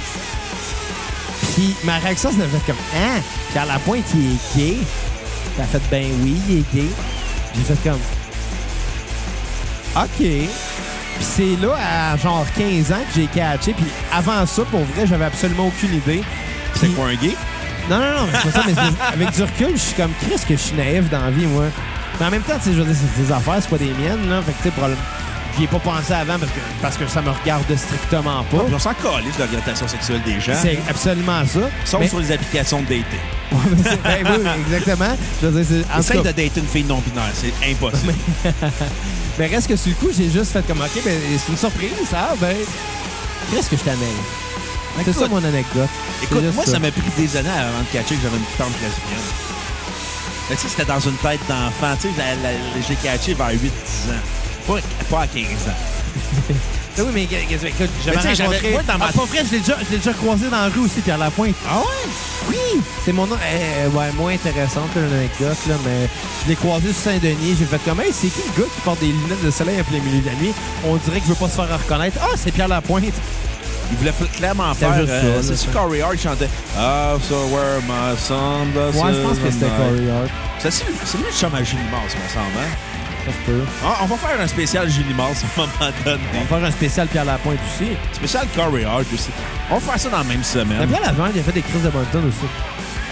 Puis ma réaction, c'était fait comme Hein? Puis à la pointe, il est gay. Puis elle fait Ben oui, il est gay. Puis j'ai fait comme OK. Puis c'est là, à genre 15 ans, que j'ai catché. Puis avant ça, pour vrai, j'avais absolument aucune idée. C'est Puis- quoi un gay? non, non, non, mais c'est pas ça, mais c'est- avec du recul, je suis comme Chris que je suis naïf dans la vie, moi. Mais en même temps, tu sais, je veux dire, c'est des affaires, c'est pas des miennes, là. Fait que, tu sais, problème. J'y ai pas pensé avant parce que, parce que ça me regarde strictement pas. Puis On s'en calisse de l'orientation sexuelle des gens. C'est absolument ça. Sauf Mais- sur les applications de dating. Ouais, mais c'est- ben oui, exactement. Je veux dire, c'est. en Essaye tout cas, de dater une fille non-binaire, c'est impossible. Mais reste que sur le coup, j'ai juste fait comme, OK, ben, c'est une surprise, ça, ben. Qu'est-ce que je t'amène? C'est ça Ben, écoute- mon anecdote. C'est Écoute, juste moi, ça m'a pris des années avant de catcher que j'avais une tante lesbienne. Mais tu sais, c'était dans une tête d'enfant. Tu sais, la- la- la- j'ai catché vers 8-10 ans. Pas, pas à 15 ans. Ah Oui, mais qu'est-ce que- écoute, j'avais Mais tu sais, j'avais- rencontré... moi, dans ma- Ah, pas vrai, je l'ai déjà, je l'ai déjà croisé dans la rue aussi, Pierre Lapointe. Ah ouais? Oui! C'est mon nom. eh, ouais, moins intéressante, là, l'anecdote, là, mais je l'ai croisé sur Saint-Denis. J'ai fait comme, hey, c'est qui le gars qui porte des lunettes de soleil en plein milieu de la nuit? On dirait qu'il veut pas se faire reconnaître. Ah, c'est Pierre Lapointe! Il voulait f- clairement C'était faire. juste ça, euh, là, C'est ça. sûr Corey Hart chantait Ah, so where my son does Ouais, je pense que c'était night. Corey Hart. Ça, C'est c'est mieux le chum à Julie Mars, me semble. hein? Ça se peut. Ah, on va faire un spécial Julie Mars à un moment On donné. va faire un spécial Pierre Lapointe aussi. Spécial Corey Hart aussi. On va faire ça dans la même Mais semaine. Pierre Lapointe, il a fait des crises de bonne tonne aussi.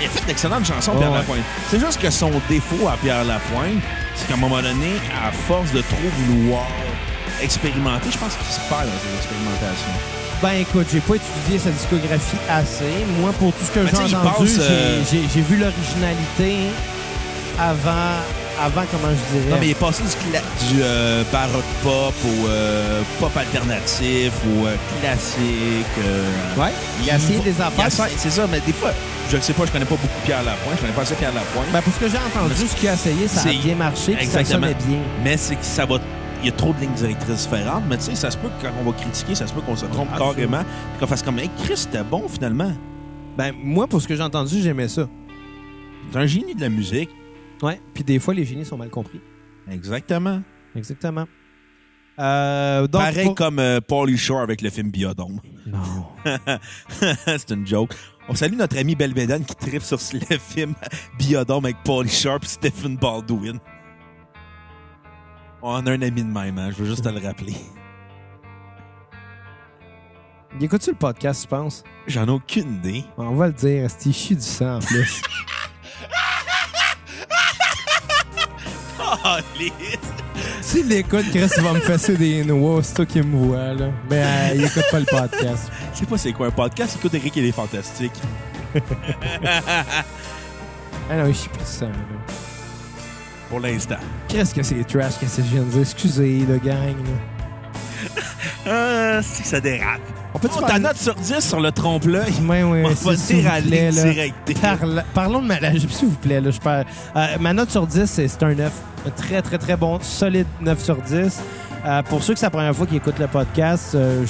Il a fait d'excellentes chansons, Oh, Pierre ouais. Lapointe. C'est juste que son défaut à Pierre Lapointe, c'est qu'à un moment donné, à force de trop vouloir expérimenter, je pense qu'il se perd dans ses expérimentations. Ben écoute, j'ai pas étudié sa discographie assez. Moi, pour tout ce que Mais j'ai tu sais, il entendu, passe, j'ai- euh, j'ai j'ai vu l'originalité avant, avant comment je dirais. Non, mais il est passé du, cla- du euh, baroque pop au euh, pop alternatif, au euh, classique. euh, Ouais, il a essayé des il affaires. essaie- C'est ça, mais des fois, je ne sais pas, je connais pas beaucoup Pierre Lapointe, je connais pas assez Pierre Lapointe. Ben, pour ce que j'ai entendu, ce qu'il a essayé, ça a C'est- bien marché, puis ça Exactement. sonnait bien. Mais c'est que ça va. Il y a trop de lignes directrices différentes, mais tu sais, ça se peut que quand on va critiquer, ça se peut qu'on se trompe Absolument. carrément, puis qu'on fasse comme, hey, Chris, c'était bon finalement. Ben, moi, pour ce que j'ai entendu, j'aimais ça. T'es un génie de la musique. Ouais. Puis des fois, les génies sont mal compris. Exactement. Exactement. Euh, donc, Pareil pour- comme euh, Paulie Shore avec le film Biodome. Non. c'est une joke. On salue notre ami Belvedane qui tripe sur le film Biodome avec Paulie Shore et Stephen Baldwin. On a un ami de même, hein, je veux juste te le rappeler. Il Écoute-tu le podcast, tu penses? J'en ai aucune idée. On va le dire, c'est chie du sang, en plus. Oh, les... S'il l'écoute, Chris, il va me fesser des noix, c'est toi qui me vois, là. Mais euh, il écoute pas le podcast. Je sais pas c'est quoi un podcast, écoute Eric il est fantastique. Ah non, il chie plus du sang, là. pour l'instant. Qu'est-ce que c'est trash qu'est-ce que je viens de dire? Excusez, le gang. là. Ah, c'est que ça dérape. On peut-tu Oh, faire- ta note sur 10 sur le trompe-l'œil? Ouais, ouais, On c'est- va s'il dire vous à plaît, ligne là. directe. Parla- Parlons de ma... la- S'il vous plaît, là, je perds. Euh, ma note sur 10, c'est c'est un 9. Un très, très, très bon, solide 9 sur 10. Euh, pour ceux que c'est la première fois qu'ils écoutent le podcast, euh,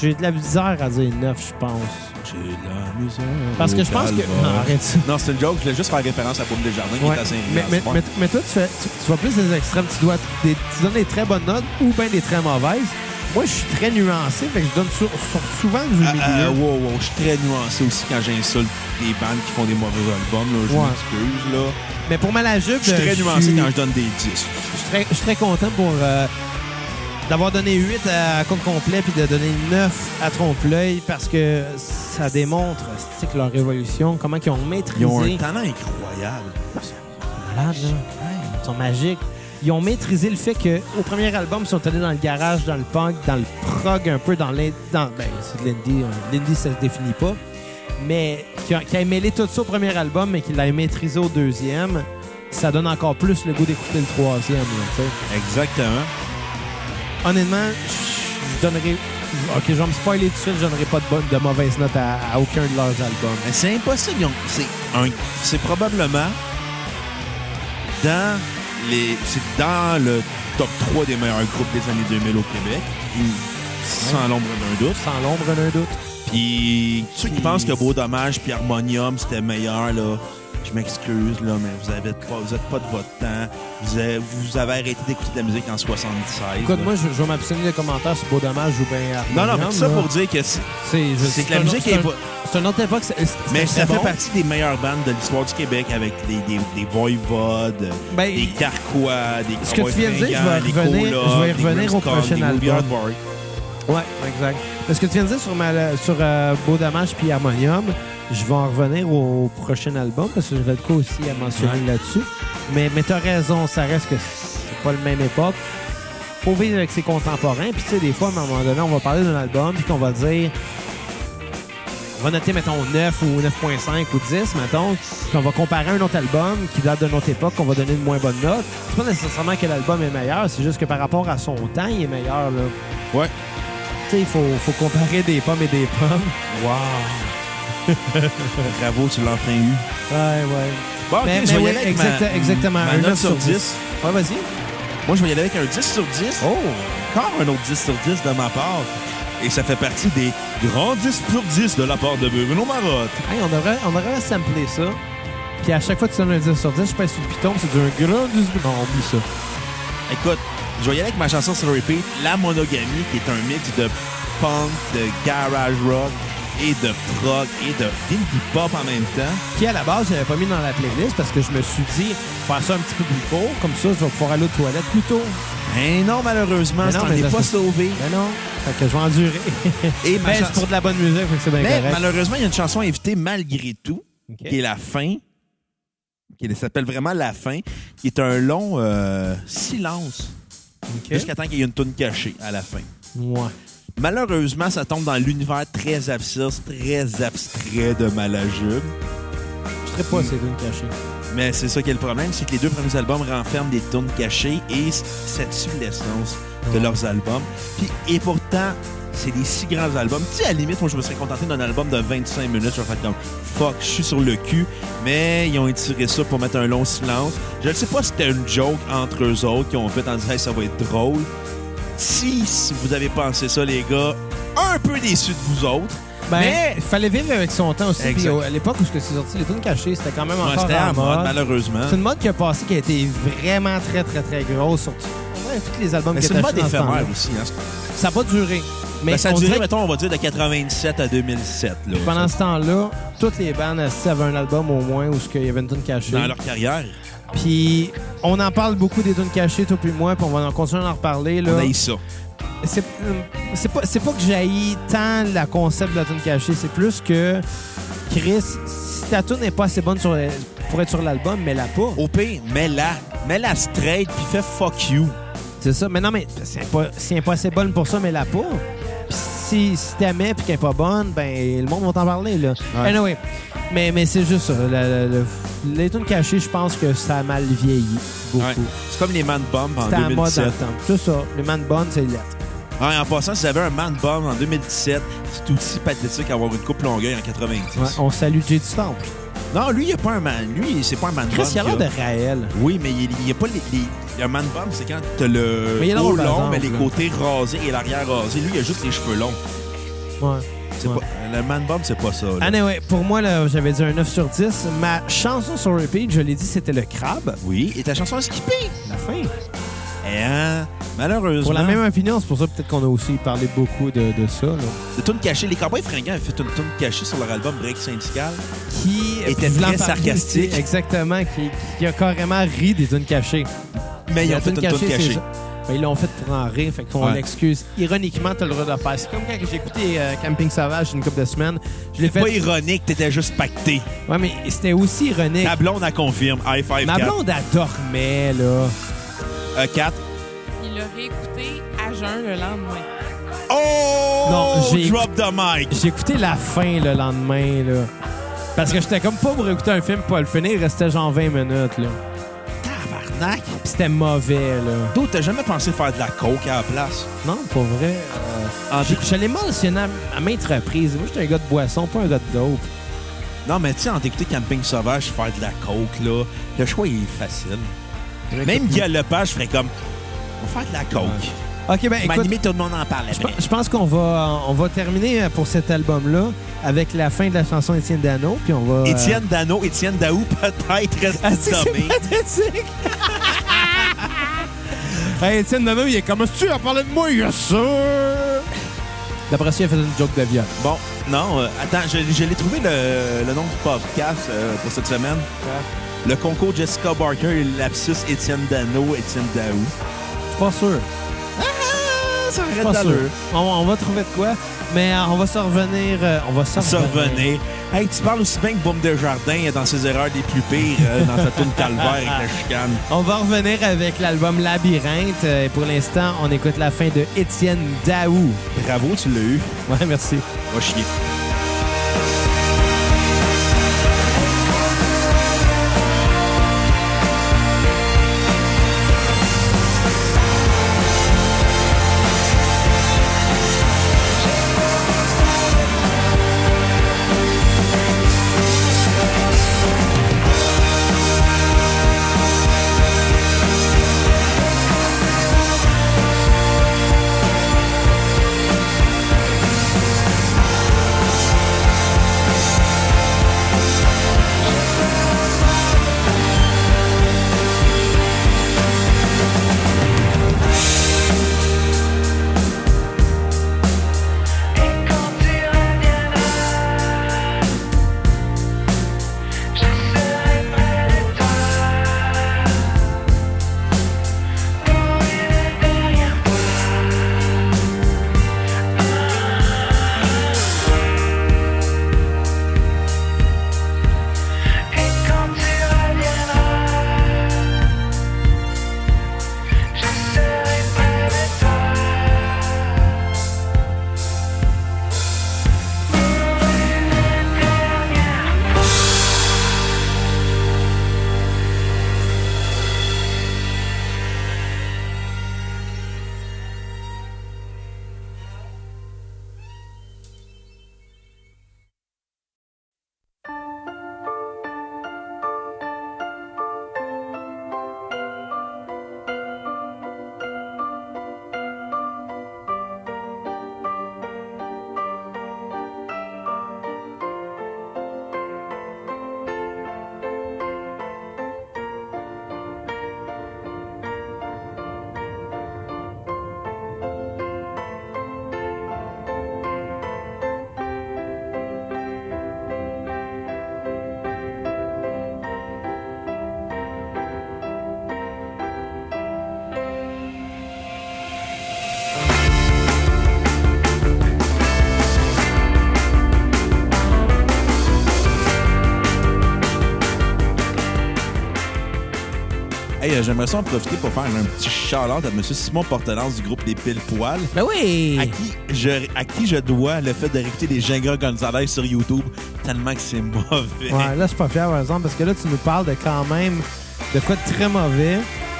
j'ai de la misère à dire 9, je pense. J'ai la misère. Parce que au je pense que... calvaire. Non, arrête ça. Non, c'est une joke. Je voulais juste faire référence à Boum Desjardins qui Ouais. est à Saint-Rémy. Mais, en mais, ce moment. mais- mais toi, tu, fais, tu, tu vois plus des extrêmes. Tu, dois des, tu donnes des très bonnes notes ou bien des très mauvaises. Moi, je suis très nuancé, fait que je donne sou- sou- souvent du Ah, milieu. ah, wow, wow, je suis très nuancé aussi quand j'insulte des bandes qui font des mauvais albums. Là, je Ouais. m'excuse. Là. Mais pour ma la jupe, Je suis très je nuancé suis- quand je donne des 10. je suis très, je suis très content pour euh, d'avoir donné 8 à compte complet puis de donner 9 à trompe-l'œil parce que ça démontre c'est que leur évolution, comment ils ont maîtrisé. Ils ont un talent incroyable. Malade, là. Ils sont magiques. Ils ont maîtrisé le fait qu'au premier album, ils sont allés dans le garage, dans le punk, dans le prog, un peu dans l'indie. Dans, ben, c'est de l'indie. hein. L'indie, ça se définit pas. Mais qui a, qui a mêlé tout ça au premier album, mais qui l'a maîtrisé au deuxième, ça donne encore plus le goût d'écouter le troisième. là, tu sais. Exactement. Honnêtement, je donnerais. Ok, je vais me spoiler tout de suite, je donnerai pas de, bonne, de mauvaise note à, à aucun de leurs albums. Mais c'est impossible. ils ont- C'est un- c'est probablement dans les. C'est dans le top 3 des meilleurs groupes des années 2000 au Québec. Hmm. Sans l'ombre d'un doute. Sans l'ombre d'un doute. Puis ceux qui Puis- pensent que Beau Dommage puis Harmonium c'était meilleur là, je m'excuse là, mais vous avez pas, vous êtes pas de votre temps. Vous avez, vous avez arrêté d'écouter de la musique en 77. Écoute, là. moi, je, je vais m'abstenir des commentaires sur Beau Dommage ou bien. non, non, mais Harmonium, tout ça là. pour dire que c'est- C'est je- c'est que c'est la un- musique c'est est un- pas. C'est une autre époque. c'est- c'est- Mais c'est ça bon. fait partie des meilleures bandes de l'histoire du Québec avec des, des, des voivodes, Ben, des carquois, des ce que cowboys tu viens de dire, je vais fringants, des revenir- Colas, je vais y des revenir au Grimmscons, prochain des album. Movie Artwork. Ouais, exact. Parce que tu viens de dire sur, ma, sur euh, Beau Dommage puis Harmonium, je vais en revenir au prochain album parce que j'avais le coup aussi à mentionner là-dessus. Mais, mais t'as raison, ça reste que c'est pas le même époque. Faut vivre avec ses contemporains. Puis tu sais, des fois, à un moment donné, on va parler d'un album puis qu'on va dire... On va noter, mettons, 9 ou 9.5 ou 10, mettons, puis on va comparer un autre album qui date d'une autre époque, qu'on va donner une moins bonne note. C'est pas nécessairement que l'album est meilleur, c'est juste que par rapport à son temps, il est meilleur, là. Ouais. Tu sais, il faut, faut comparer des pommes et des pommes. Wow. Bravo, tu l'as enfin eu. Ouais, ouais. Bon, ok, Mais- je mais vais y Ben, oui, aller avec ma- exact- exactement, ma un note 9 sur sur 10. Ouais, vas-y. Moi, je vais y aller avec un 10 sur 10. Oh! Encore un autre 10 sur 10 de ma part. Et ça fait partie des grands 10 sur 10 de la part de Bruno Marotte. Hey, on devrait, on devrait sampler ça. Puis à chaque fois que tu donnes un 10 sur 10, je passe sur le piton, c'est un grand 10. Non, on oublie ça. Écoute, je vais y aller avec ma chanson sur repeat, La Monogamie, qui est un mix de punk, de garage rock et de prog et de indie pop en même temps. Qui, à la base, j'avais pas mis dans la playlist parce que je me suis dit, faire ça un petit peu plus court, comme ça, je vais pouvoir aller aux toilettes plus tôt. Mais non, malheureusement, Mais ça non, n'en mais est ça, pas c'est- sauvé. Ben non. Fait que je vais endurer. Ben, Et ma Mais Ben, c'est chanson- pour de la bonne musique, fait que c'est bien Mais correct. malheureusement, il y a une chanson invitée malgré tout, Ok. qui est la fin, qui s'appelle vraiment La fin, qui est un long euh, silence Ok. jusqu'à temps qu'il y ait une toune cachée à la fin. Ouais. Malheureusement, ça tombe dans l'univers très absurde, très abstrait de Malajube. Je serais pas, c'est une cachée. Mais c'est ça qui est le problème, c'est que les deux premiers albums renferment des tunes cachées et c- cette sublaissance de Ouais. leurs albums. Puis, et pourtant, c'est des six grands albums. Tu sais, à la limite, moi, je me serais contenté d'un album de 25 minutes. Je vais faire comme « Fuck, je suis sur le cul. » Mais ils ont étiré ça pour mettre un long silence. Je ne sais pas si c'était une joke entre eux autres qui ont fait en disant hey, ça va être drôle ». Si, si vous avez pensé ça, les gars, un peu déçu de vous autres. Ben, Mais- il fallait vivre avec son temps aussi. Puis Exact. au- à l'époque où ce que c'est sorti, les tunes cachées, c'était quand même Ouais, encore c'était en en mode, mode. malheureusement. C'est une mode qui a passé qui a été vraiment très, très, très grosse. Sur on dirait tous les albums Mais qui c'est une mode étaient achetés dans ce éphémère temps-là. aussi. Hein? Ça n'a pas duré. Mais Ben, ça a on duré, dirait que mettons, on va dire de 97 à 2007. Là, pendant ça. ce temps-là, toutes les bandes elles, avaient un album au moins où ce qu'il y avait une tune cachée. Dans leur carrière, Puis on en parle beaucoup des tunes cachées, toi puis moi, puis on va en continuer à en reparler. Là. on a eu ça. c'est euh, c'est pas, c'est pas que j'haïs tant la concept de la tune cachée, c'est plus que Chris, si ta tune n'est pas assez bonne sur, pour être sur l'album, mets-la pas. Au pire, mets-la. Mets-la straight, puis fais fuck you. C'est ça. Mais non, mais c'est pas, si elle n'est pas assez bonne pour ça, mets-la pas. Puis si, si t'as mets puis qu'elle n'est pas bonne, ben le monde va t'en parler, là. Ouais. Anyway. Mais, mais c'est juste ça. Le- le- le- les tunes cachées, je pense que ça a mal vieilli. beaucoup. Ouais. C'est comme les Man Bomb en C'était à la mode hein. dans 2017. le temps. C'est ça. Le man bun, c'est lettre. Ouais, en passant, s'ils avaient un Man Bomb en 2017, c'est aussi pathétique qu'avoir une coupe longueuil en 90. Ouais, on salue Jay du Temple. Non, lui, il a pas un Man. Lui, c'est pas un Man Bomb. Chris, il a l'air qu'il de Raël. Oui, mais il n'y a pas les. les- Un man bomb, c'est quand t'as le Mais il est haut drôle, par long, exemple, mais les là. côtés rasés et l'arrière rasé. Lui, il a juste les cheveux longs. Ouais. C'est Ouais. pas- le man bomb, c'est pas ça. là. Anyway, pour moi, là, j'avais dit un 9 sur 10. Ma chanson sur repeat, je l'ai dit, c'était le crabe. Oui, et ta chanson a skippé. La fin. Et, hein, malheureusement, Pour la même opinion, c'est pour ça peut-être qu'on a aussi parlé beaucoup de, de ça. là. de tune cachée, les Cowboys fringants avaient fait une tune cachée sur leur album Break Syndical. Qui Était voulant très parler sarcastique. aussi, exactement. Qui, qui a carrément ri des tunes cachées. Mais ils ont La fait tune une tune c'est cachée. ça. Ben, ils l'ont fait pour en rire, fait qu'on Ouais. l'excuse. Ironiquement, t'as le droit de le faire. C'est comme quand j'ai écouté euh, Camping Sauvage une couple de semaines. Je l'ai fait. Pas ironique, t'étais juste pacté. Ouais, mais c'était aussi ironique. Ta blonde, elle confirme. High five, Ma Kat. blonde, elle dormait, là. Euh, Kat. Il l'a réécouté à jeun le lendemain. Oh! Non, j'ai- Drop the mic. J'ai écouté la fin le lendemain, là. Parce que j'étais comme pas pour écouter un film, pas le finir. Il restait genre 20 minutes, là. Tabarnak. Puis c'était mauvais, là. D'autres, t'as jamais pensé faire de la coke à la place? Non, pour vrai. euh, En j'ai- je l'ai mentionné à, à maintes reprises. Moi, j'étais un gars de boisson, pas un gars de dope. Non, mais tu sais, en t'écouter Camping Sauvage, faire de la coke, là, le choix il est facile. Même Guy Lepage ferait comme, on va faire de la coke. OK, ben Mais écoute, animé, tout le monde en parle je après. pe- je pense qu'on va, on va terminer pour cet album-là avec la fin de la chanson Étienne Dano, puis on va... euh, Étienne Dano, Étienne Daou, peut-être Ah, c'est reste que c'est nommé. pathétique! hey, Étienne Dano, il est comme « Tu as parlé de moi, il y a ça! » D'après ça, il a fait une joke de viol. Bon, non, euh, attends, je, je l'ai trouvé le, le nom du podcast euh, pour cette semaine. Le concours Jessica Barker et lapsus Étienne Dano, Étienne Daou. Je suis pas sûr. Ah, ça Je suis aurait de pas sûr. l'allure. On, on va trouver de quoi, mais euh, on va se revenir... euh, on va se Ça revenait. Hey, tu parles aussi bien que Boom Desjardins euh, dans ses erreurs les plus pires, euh, dans sa tourne calvaire avec la chicane. On va revenir avec l'album Labyrinthe. euh, Et pour l'instant, on écoute la fin de Étienne Daou. Bravo, tu l'as eu. Ouais, merci. Va chier. Et quand tu reviendras, je serai près de toi, courir derrière toi. Et quand tu reviendras, je serai près de toi. Hey, euh, j'aimerais ça en profiter pour faire un petit shout-out à M. Simon Portelance du groupe Les Pile Poils, Ben oui! à, qui je, à qui je dois le fait de réécouter les Jenga Gonzalez sur YouTube tellement que c'est mauvais. Ouais, là, je suis pas fier, par exemple, parce que là, tu nous parles de quand même de quoi de très mauvais.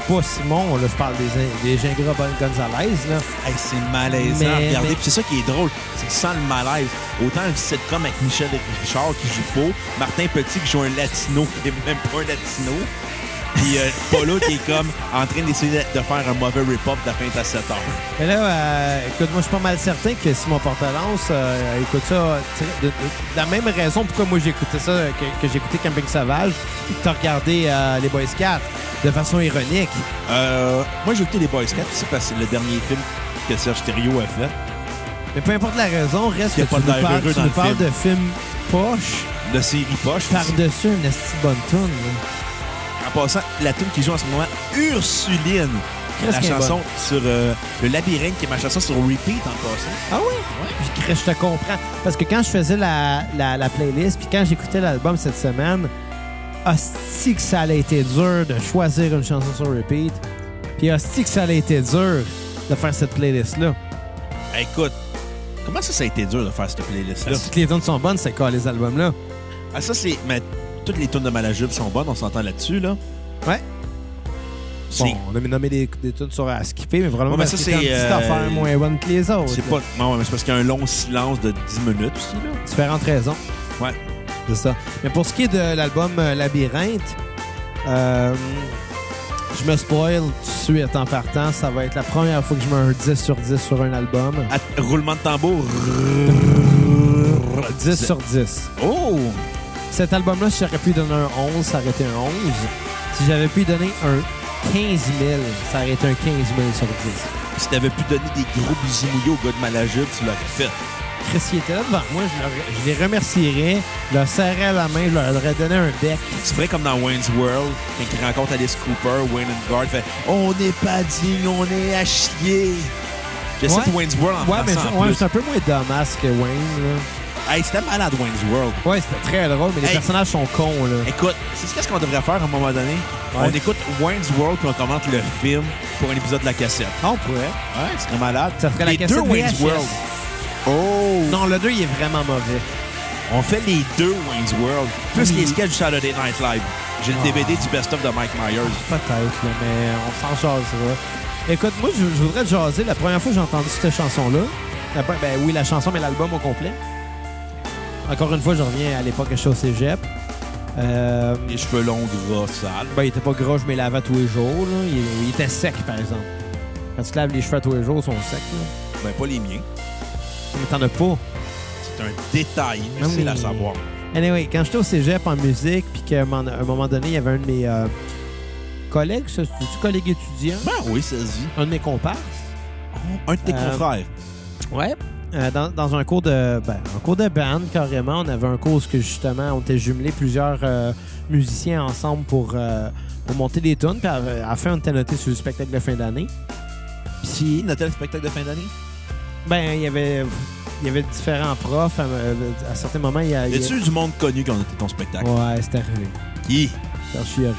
pas Simon, là, je parle des, des Gingras Bon- Gonzalez, là. Hey, c'est malaisant. Mais- Regardez, mais- puis c'est ça qui est drôle, c'est que tu sens le malaise. Autant un sitcom avec Michel Richard qui joue faux, Martin Petit qui joue un latino, qui est même pas un latino, puis euh, Polo qui est comme en train d'essayer de de faire un mauvais rip-up de la fin à 7 heures. Mais là, euh, écoute, moi, je suis pas mal certain que Simon Portalance euh, écoute ça euh, de, de- de la même raison pourquoi moi j'ai écouté ça, euh, que, que j'ai écouté Camping Sauvage, puis que t'as regardé euh, Les Boys 4 de façon ironique. Euh, moi, j'ai écouté les Boys Scouts aussi parce que c'est le dernier film que Serge Thériault a fait. Mais peu importe la raison, reste Y que a tu pas nous de nerf parles, heureux tu dans nous le parles film. de films poche Le série poche. par-dessus une esti de bonne toune. là. En passant, la tune qui joue en ce moment, Ursuline. Qu'est-ce la qu'elle est chanson sur euh, Le Labyrinthe, qui est ma chanson sur repeat en passant. Ah oui? Puis Chris, je te comprends. Parce que quand je faisais la, la, la playlist, puis quand j'écoutais l'album cette semaine, hostie que ça allait été dur de choisir une chanson sur repeat. Puis hostie que ça allait été dur de faire cette playlist-là. Écoute, comment ça, ça a été dur de faire cette playlist-là? Toutes les tunes sont bonnes, c'est quoi les albums-là? Ah, ça, c'est. Mais toutes les tunes de Malajube sont bonnes, on s'entend là-dessus, là. Ouais. C'est. Bon, on a nommé des, des tunes sur à skipper, mais probablement Ouais, mais parce ça, que c'est une c'est, petite euh, affaire moins bonne que les autres. C'est là. pas. Non, mais c'est parce qu'il y a un long silence de 10 minutes aussi, là. Différentes raisons. Ouais. C'est ça. Mais pour ce qui est de l'album euh, Labyrinthe, euh, je me spoil tout de suite en partant. Ça va être la première fois que je mets un 10 sur 10 sur un album. À- Roulement de tambour. 10 sur 10. Oh! Cet album-là, si j'aurais pu lui donner un 11, ça aurait été un 11. Si j'avais pu lui donner un 15 000, ça aurait été un 15 000 sur 10. Si t'avais pu donner des gros bisous au gars de Malajube, tu l'aurais fait. Chris, il était là devant moi, je, leur- je les remercierais, je leur serrais la main, je leur aurais donné un bec. C'est vrai comme dans Wayne's World, quand il rencontre Alice Cooper, Wayne and Guard fait On n'est pas digne, on est à chier. J'essaie Ouais. de Wayne's World en Ouais, mais français je- en ouais, plus. c'est un peu moins dumbass que Wayne. Là. Hey, c'était malade Wayne's World. Ouais, c'était très drôle, mais les Hey. personnages sont cons, là. Écoute, c'est ce qu'est-ce qu'on devrait faire à un moment donné. On écoute Wayne's World puis on commente le film pour un épisode de la cassette. On pourrait. Ouais, c'est malade. Ça serait la les cassette deux Wayne's VHS. World. Oh! Non, le 2, il est vraiment mauvais. On fait les deux Wayne's World, plus Oui. les sketchs du Saturday Night Live. J'ai le Ah. DVD du best-of de Mike Myers. Peut-être, là, mais on s'en jasera. Écoute, moi, je, je voudrais te jaser. La première fois que j'ai entendu cette chanson-là, la pre- ben oui, la chanson, mais l'album au complet. Encore une fois, je reviens à l'époque que je suis au cégep. Euh, Les cheveux longs, gras, sales. ben, il était pas gros, je me lavais tous les jours. là. Il, il était sec, par exemple. Quand tu te laves les cheveux à tous les jours, ils sont secs. Là. Ben, pas les miens. Mais t'en as pas. C'est un détail, mais Ah c'est oui. la savoir. Anyway, quand j'étais au cégep en musique, puis qu'à un moment à un moment donné, il y avait un de mes euh, collègues, ça, c'est-tu collègue étudiant, Ben oui, ça se dit. un de mes comparses, Oh, Un de tes Euh, confrères. ouais. euh, dans, dans un cours de ben, un cours de band, carrément, on avait un cours où que justement, on était jumelés plusieurs euh, musiciens ensemble pour, euh, pour monter des tunes, puis à, à la fin, on était notés sur le spectacle de fin d'année. Puis, notre spectacle de fin d'année? Ben, il y avait il y avait différents profs. À, à certains moments, il y a... il y a- Y a-tu eu du monde connu qui a noté ton spectacle? Ouais, c'est arrivé. Qui? Serge Fiori.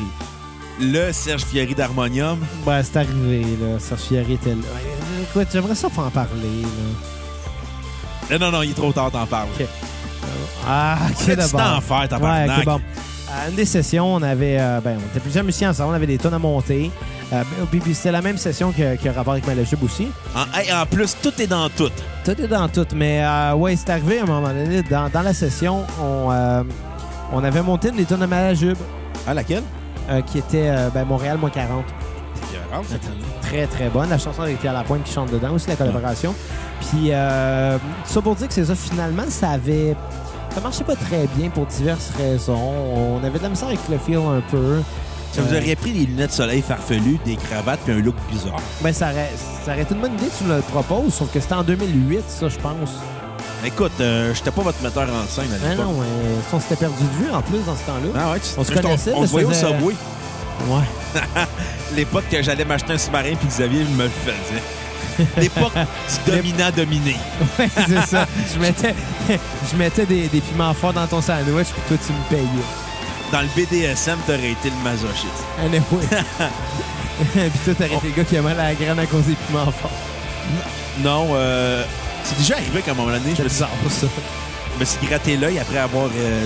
Le Serge Fiori d'Harmonium. Ben, c'est arrivé, là. Serge Fiori était là. Ouais, Écoute, j'aimerais ça pas en parler, là. Non, non, non, il est trop tard, t'en parles. Ok. Ah, ok, C'est du temps à d'abord. faire, t'en Ouais, ok, parles. bon. À une des sessions, on avait... euh, ben, on était plusieurs musiciens ensemble, on avait des tonnes à monter. Euh, puis puis c'était la même session que, que rapport avec Malajub aussi. En, hey, en plus, tout est dans tout. Tout est dans tout, mais euh, ouais, c'est arrivé à un moment donné, dans, dans la session, on, euh, on avait monté une des tonnes à Malajub, À Ah, laquelle? euh, qui était euh, ben, Montréal moins 40. C'est très très bonne. La chanson avec Pierre Lapointe qui chante dedans aussi, la collaboration. Puis euh, ça pour dire que c'est ça, finalement, ça avait. Ça marchait pas très bien pour diverses raisons. On avait de la misère avec le feel un peu. Ça vous Euh, aurait pris des lunettes de soleil farfelues, des cravates puis un look bizarre. Ben, ça aurait, ça aurait été une bonne idée que tu le proposes, sauf que c'était en 2008, ça, je pense. Écoute, euh, j'étais pas votre metteur en scène à Ah l'époque. non, euh, on s'était perdu de vue en plus dans ce temps-là. Ah ouais, tu, On se je t'en- connaissait, On mais se voyait au ça faisait- subway. Ouais. L'époque que j'allais m'acheter un sous-marin puis Xavier me le faisait. L'époque du dominant-dominé. Ouais, c'est ça. Je mettais, je mettais des, des piments forts dans ton sandwich, puis toi, tu me payais. Dans le BDSM, t'aurais été le masochiste. Anyway. Puis toi, t'as arrêté le gars qui a mal à la graine à cause des piments forts. Non, euh, c'est déjà arrivé qu'à un moment donné, je me suis, pour ça. je me suis gratté l'œil après avoir euh,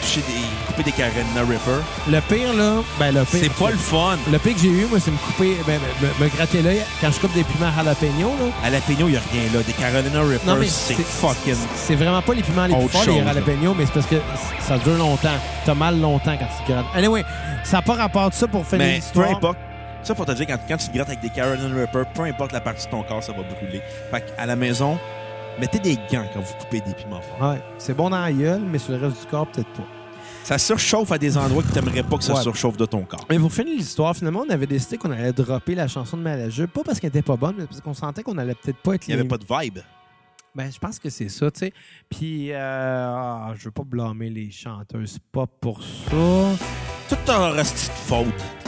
coucher des, couper des Carolina Ripper. Le pire, là, ben le pire. C'est pas le fun. Le pire que j'ai eu, moi, c'est me couper, ben, ben, me, me gratter l'œil quand je coupe des piments jalapeno, là. À la Pigno, il n'y a rien là. Des Carolina Non, mais Rippers, c'est c'est- fucking. C'est vraiment pas les piments les plus Autre forts, les chose, là. jalapenos, mais c'est parce que ça dure longtemps. T'as mal longtemps quand tu te grattes. Anyway, ça n'a pas rapport de ça pour finir Mais peu l'histoire. importe. Ça pour te dire, quand, quand tu te grattes avec des Carolina Ripper, peu importe la partie de ton corps, ça va brûler. Fait qu'à la maison, mettez des gants quand vous coupez des piments forts. Ouais, c'est bon dans la gueule, mais sur le reste du corps, peut-être pas. Ça surchauffe à des endroits que tu n'aimerais pas que ça Ouais. surchauffe de ton corps. Mais pour finir l'histoire, finalement, on avait décidé qu'on allait dropper la chanson de Malajeu, pas parce qu'elle était pas bonne, mais parce qu'on sentait qu'on allait peut-être pas être Il n'y les- avait pas de vibe. Ben, je pense que c'est ça, tu sais. Puis, euh, ah, je veux pas blâmer les chanteuses pop pour ça. Tout en reste de faute.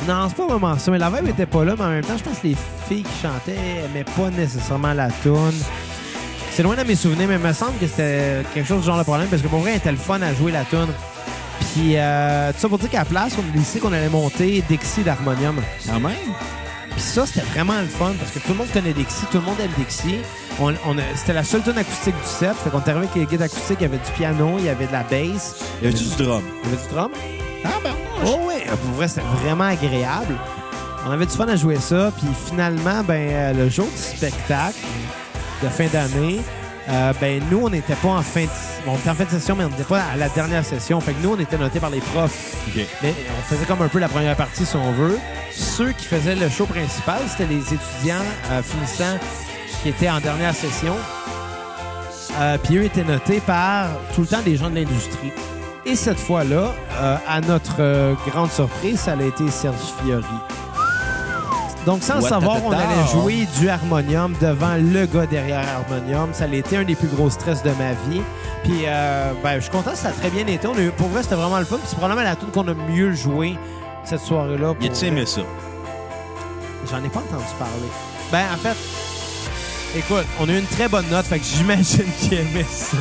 Non, c'est pas vraiment ça. Mais la vibe était pas là, mais en même temps, je pense que les filles qui chantaient aimaient pas nécessairement la tune. C'est loin de mes souvenirs, mais il me semble que c'était quelque chose du genre de problème parce que pour vrai, elle était le fun à jouer la tune. Puis, euh, tout ça pour dire qu'à la place, on a décidé qu'on allait monter Dixie d'Harmonium. Quand même. Puis ça, c'était vraiment le fun parce que tout le monde connaît Dixie, tout le monde aime Dixie. On, on a- c'était la seule tune acoustique du set. Fait qu'on est arrivé avec les guides acoustiques, il y avait du piano, il y avait de la bass, Il y avait du drum. il y avait du drum. Ah ben Oh ouais, pour vrai, c'était vraiment agréable. On avait du fun à jouer ça. Puis finalement, ben euh, le jour du spectacle de fin d'année, euh, ben nous, on n'était pas en fin de, bon, on était en fin de session, mais on n'était pas à la dernière session. Fait que nous, on était notés par les profs. OK. Mais on faisait comme un peu la première partie, si on veut. Ceux qui faisaient le show principal, c'était les étudiants euh, finissants qui étaient en dernière session. Euh, Puis eux étaient notés par tout le temps des gens de l'industrie. Et cette fois-là, euh, à notre euh, grande surprise, ça a été Serge Fiori. Donc, sans le What savoir, the on allait dog? jouer du harmonium devant le gars derrière harmonium. Ça a été un des plus gros stress de ma vie. Puis, euh, ben, je suis content, ça a très bien été. On a eu- pour vrai, c'était vraiment le fun. Puis, c'est probablement la tune qu'on a mieux joué cette soirée-là. pour Y a-tu vrai. aimé ça? J'en ai pas entendu parler. Ben, en fait, écoute, on a eu une très bonne note, fait que j'imagine qu'il aimait ça.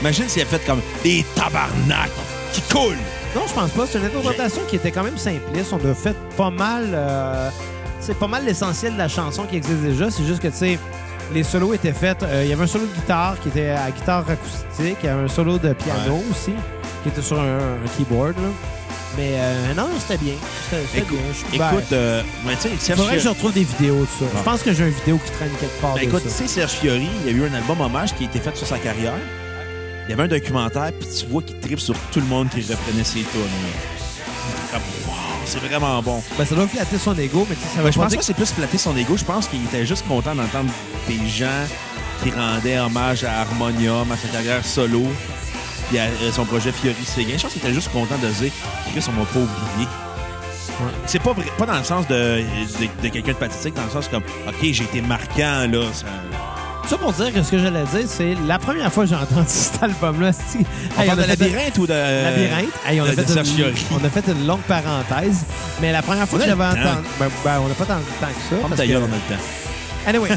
Imagine s'il a fait comme des tabarnak qui coulent. Non, je pense pas. C'est une interprétation qui était quand même simpliste. On a fait pas mal. euh, c'est pas mal l'essentiel de la chanson qui existe déjà. C'est juste que, tu sais, les solos étaient faits. euh, Il y avait un solo de guitare qui était à guitare acoustique. Il y avait un solo de piano aussi qui était sur un, un keyboard. là. Mais euh, non, c'était bien. C'était c'était Écoute, bien. Je suis- ben, Écoute, euh, mais tu sais, Serge faudrait que je Fiori- retrouve des vidéos de ça. Je pense que j'ai une vidéo qui traîne quelque part. ben, de écoute, ça. tu sais, Serge Fiori, il y a eu un album hommage qui a été fait sur sa carrière. Il y avait un documentaire, puis tu vois qu'il tripe sur tout le monde qui reprenait ses tunes. là. Comme, wow, c'est vraiment bon. Ben, ça doit flatter son ego, mais tu sais, ça va Ben, je pas pense dire que c'est plus flatter son ego. Je pense qu'il était juste content d'entendre des gens qui rendaient hommage à Harmonium, à sa carrière solo, puis à euh, son projet Fiori Séguin. Je pense qu'il était juste content de se dire Chris, on m'a pas oublié. Ouais. C'est pas vrai- pas dans le sens de, de- de quelqu'un de pathétique, dans le sens comme OK, j'ai été marquant là. Ça... Ça pour dire que ce que j'allais dire, c'est la première fois que j'ai entendu cet album-là. c'est- On Hey, parle a de fait labyrinthe ou de labyrinthe. Hey, on, a de- de fait Serge une, Euh, Fiori. on a fait une longue parenthèse, mais la première fois On que a j'avais le temps. entendu. Ben, ben, on n'a pas tant de temps que ça. Ferme parce ta que- gueule, on a le temps. Anyway. fait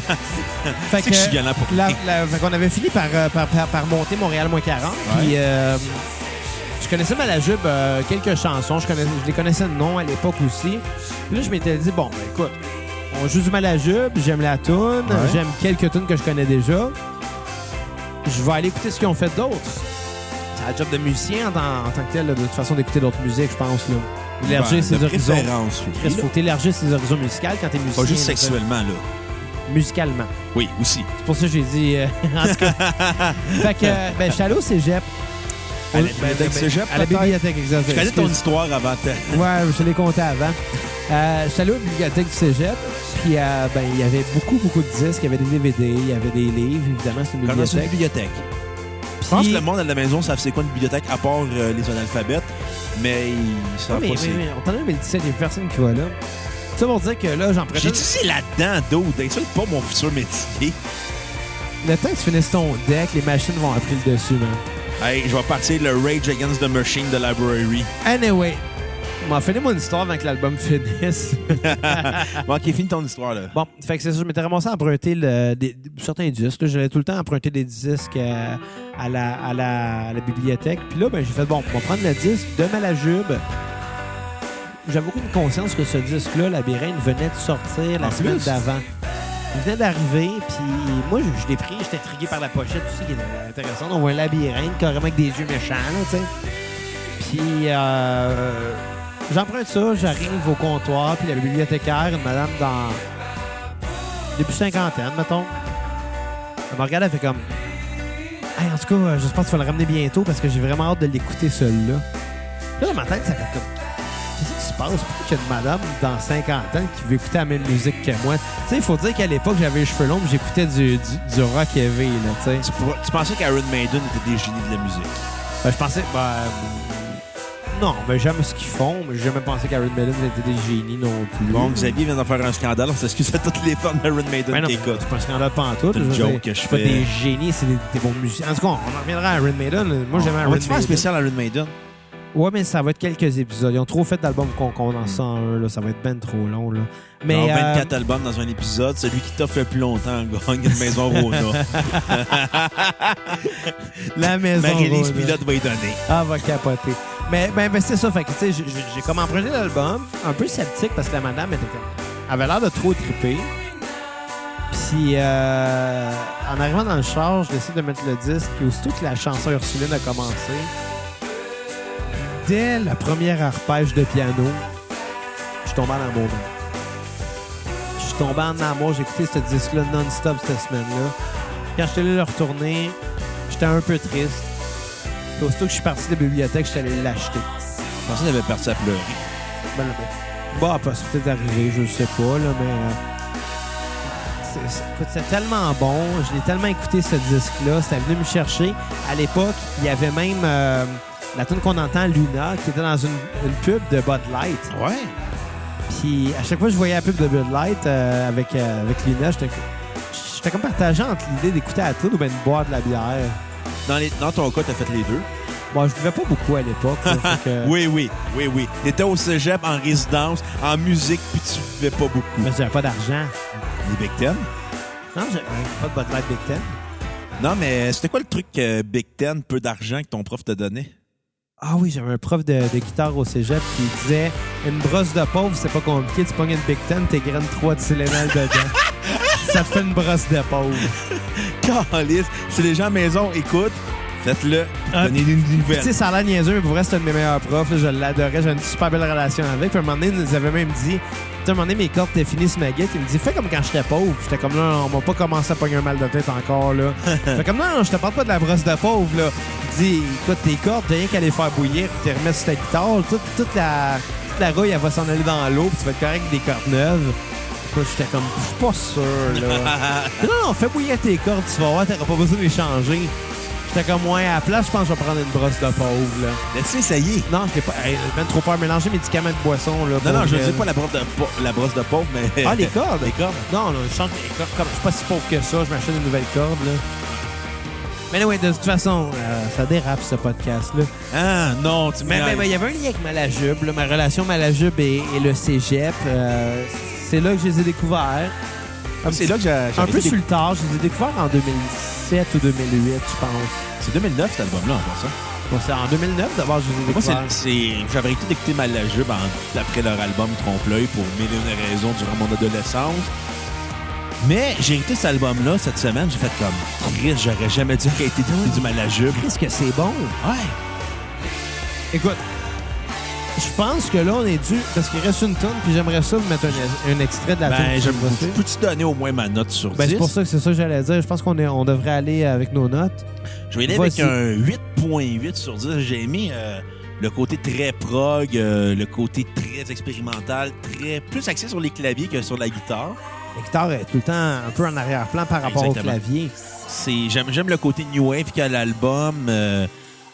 C'est que je suis violent pour la- rien. la- fait qu'on avait fini par, euh, par, par- par monter Montréal moins 40. Puis euh, je connaissais Malajube euh, quelques chansons. Je, connais- je les connaissais de nom à l'époque aussi. Puis là, je m'étais dit, bon, ben, écoute, on joue du Malajube, j'aime la tune, j'aime quelques tunes que je connais déjà. Je vais aller écouter ce qu'ils ont fait d'autre. C'est la job de musicien en, tant- en tant que tel, là, de toute façon, d'écouter d'autres musiques, je pense. Là. Élargir Ben, ses de horizons. préférence, oui. Il faut élargir ses horizons musicaux quand t'es musicien. Pas juste là, ça. sexuellement là. Musicalement. Oui, aussi. C'est pour ça que j'ai dit. euh, en tout cas. fait que, euh, ben, je suis allé au cégep. À la bibliothèque cégep, À la peut-être? bibliothèque, exactement. Je connais ton Excuse. histoire avant. ta- Ouais, je l'ai compté avant. Euh, je suis allé à la bibliothèque du cégep, puis euh, ben, il y avait beaucoup, beaucoup de disques. Il y avait des DVD, il y avait des livres, évidemment, c'est une Quand on est sur une bibliothèque. bibliothèque. Je pense que le monde à la maison savent c'est quoi une bibliothèque, à part euh, les analphabètes, mais ils Ouais, savent Ah, mais, pas c'est... mais- mais on t'en a 2017, il y a personne qui va là. Ça pour dire que là, j'en J'ai prête. dit c'est là-dedans, dude. Insulte pas mon futur métier. Le temps que tu finisses ton deck, les machines vont appeler le dessus, man. Hey, je vais partir le Rage Against the Machine de Library. Anyway, on m'a fini mon histoire avant que l'album finisse. Bon, OK, finis ton histoire, là. Ah. Euh, Bon, fait que c'est ça, je m'étais ramassé à emprunter le- des- des- certains disques. là. J'allais tout le temps emprunter des disques euh, à, la, à, la, à la bibliothèque. Puis là, ben, j'ai fait, bon, on va prendre le disque de Malajube. J'avais aucune conscience que ce disque-là, Labyrinthe, venait de sortir la En semaine plus? d'avant. Il venait d'arriver, puis moi, je, je l'ai pris, j'étais intrigué par la pochette, tu sais, qui était intéressante. On voit un labyrinthe, carrément avec des yeux méchants, là, tu sais. Puis euh, j'emprunte ça, j'arrive au comptoir, puis la bibliothécaire, une madame dans. début cinquantaine, mettons. Elle me regarde, elle fait comme. Hey, en tout cas, euh, j'espère que tu vas le ramener bientôt parce que j'ai vraiment hâte de l'écouter celui-là. Là, dans ma tête, ça fait comme. Qu'est-ce qui se passe? Pourquoi qu'il y a une madame dans 50 ans qui veut écouter la même musique que moi? Tu sais, il faut dire qu'à l'époque, j'avais les cheveux longs, puis j'écoutais du, du, du rock heavy, là, tu sais. Tu, pour- tu pensais qu'Aaron Maiden était des génies de la musique. Ben, je pensais. Ben, euh, non, mais j'aime ce qu'ils font, mais j'ai jamais pensé qu'Aaron Maiden était des génies non plus. Bon, Xavier vient d'en faire un scandale. On s'excuse à toutes les fans d'Aaron Maiden Ben non, qui c'est écoutent. pas un scandale pantoute. C'est une je veux joke dire, que je c'est pas fais. des génies, c'est des, des bons musiciens. En tout cas, on en reviendra à Iron Maiden. Moi, j'aime Iron On va-tu Maiden. faire un spécial Iron Maiden? Ouais, mais ça va être quelques épisodes. Ils ont trop fait d'albums qu'on Hmm. condense en un. Là. Ça va être ben trop long. Là. Mais, Non, euh, 24 albums dans un épisode. Celui qui t'offre le plus longtemps gagne une maison Rona. la maison. Marie-Lise Rose, là. Pilote va y donner. Ah, va capoter. Mais ben, ben, c'est ça. Fait que, tu sais, j'ai- j'ai j'ai comme emprunté l'album, un peu sceptique parce que la madame était comme. avait l'air de trop triper. Puis, euh, en arrivant dans le char, je décide de mettre le disque. Puis, aussitôt que la chanson Ursuline a commencé, dès la première arpège de piano, je suis tombé en amour. Je suis tombé en amour. J'ai écouté ce disque-là non-stop cette semaine-là. Quand j'étais allé le retourner, j'étais un peu triste. Puis aussitôt que je suis parti de la bibliothèque, je suis allé l'acheter. Je pensais qu'il avait parti à pleurer. Ben, là, ben, bon, après, c'est peut-être arrivé, je sais pas, là, mais... euh, c'est- c'est- écoute, c'est tellement bon. Je l'ai tellement écouté, ce disque-là. C'était venu me chercher. À l'époque, il y avait même euh, la tune qu'on entend, Luna, qui était dans une, une pub de Bud Light. Ouais. Puis à chaque fois que je voyais la pub de Bud Light euh, avec, euh, avec Luna, j'étais j'étais comme partagé entre l'idée d'écouter la tune ou bien de boire de la bière. Dans, les- dans ton cas, t'as fait les deux. Bon, je buvais pas beaucoup à l'époque. là, fait que- Oui, oui, oui, oui. T'étais au cégep, en résidence, en musique, puis tu buvais pas beaucoup. Mais j'avais pas d'argent. Les Big Ten? Non, j'ai pas de Bud Light Big Ten. Non, mais c'était quoi le truc euh, Big Ten, peu d'argent que ton prof t'a donné? Ah oui, j'avais un prof de, de guitare au cégep qui disait Une brosse de pauvre, c'est pas compliqué, tu pognes une Big Ten, t'es graines 3 de Tylenol dedans. Ça te fait une brosse de pauvre. Calice! Si les gens à maison écoutent, faites-le. puis Ah, Donnez-nous une Puis, Tu sais, nouvelle. ça a l'air niaiseux, mais pour vrai, c'est un de mes meilleurs profs. là. je l'adorais, j'ai une super belle relation avec. Puis, à un moment donné, ils nous avaient même dit Tu un moment donné, mes cordes étaient finies sur ma guette. Il me dit Fais comme quand j'étais pauvre. J'étais comme là, on m'a pas commencé à pogner un mal de tête encore. là. fait comme non, je te parle pas de la brosse de pauvre. là. Il dit Écoute, tes cordes, t'as rien qu'à les faire bouillir, puis t'es remettre sur ta guitare. Toute, toute la, toute la rouille, elle va s'en aller dans l'eau, puis tu vas être correct avec des cordes neuves. Puis J'étais comme, je suis pas sûr, là. Non, non, fais bouillir tes cordes, tu vas voir, t'auras pas besoin de les changer. J'étais comme, ouais, à la place, je pense que je vais prendre une brosse de pauvre, là. Laisse-le essayer. Non, je l'ai pas. Hey, j'ai ben trop peur. Mélanger médicaments de boisson, là. Non, pour non, je vrai, dis pas là. la brosse de, pau- la brosse de pauvre, mais. Ah, les cordes? Les cordes. Non, là, je change mes cordes. Comme, je suis pas si pauvre que ça, je m'achète une nouvelle corde, là. Mais ouais, de toute façon, euh, ça dérape, ce podcast-là. Ah, non, tu Mais mets. mais- mais il y avait un lien avec Malajube, là, ma relation Malajube et, et le cégep. euh, c'est là que je les ai découverts. Un Ah, C'est petit- là que j'ai. Un peu j'ai- sur le tard. Je les ai découverts en 2007 ou 2008, je pense. C'est 2009, cet album-là, en passant. Bon, c'est en 2009, d'abord, je les ai Moi, découverts. c'est- c'est. J'avais écouté d'écouter Mal la Jupe en- après leur album Trompe-l'œil pour mille et une raisons durant mon adolescence. Mais j'ai écouté cet album-là cette semaine, j'ai fait comme Chris, j'aurais jamais dû arrêter d'écouter du Mal la Jupe. Qu'est-ce que c'est bon? Ouais. Écoute, je pense que là, on est dû, parce qu'il reste une tonne, puis j'aimerais ça vous mettre un, un extrait de la toune Ben, qui je va suivre. peux-tu donner au moins ma note sur 10? Ben, c'est pour ça que c'est ça que j'allais dire. Je pense qu'on est, on devrait aller avec nos notes. Je vais aller avec Vas-y. un 8.8 sur 10. J'ai aimé euh, le côté très prog, euh, le côté très expérimental, très plus axé sur les claviers que sur la guitare. La guitare est tout le temps un peu en arrière-plan par rapport Exactement. au clavier. C'est j'aime j'aime le côté new wave qu'il y a à l'album. Euh,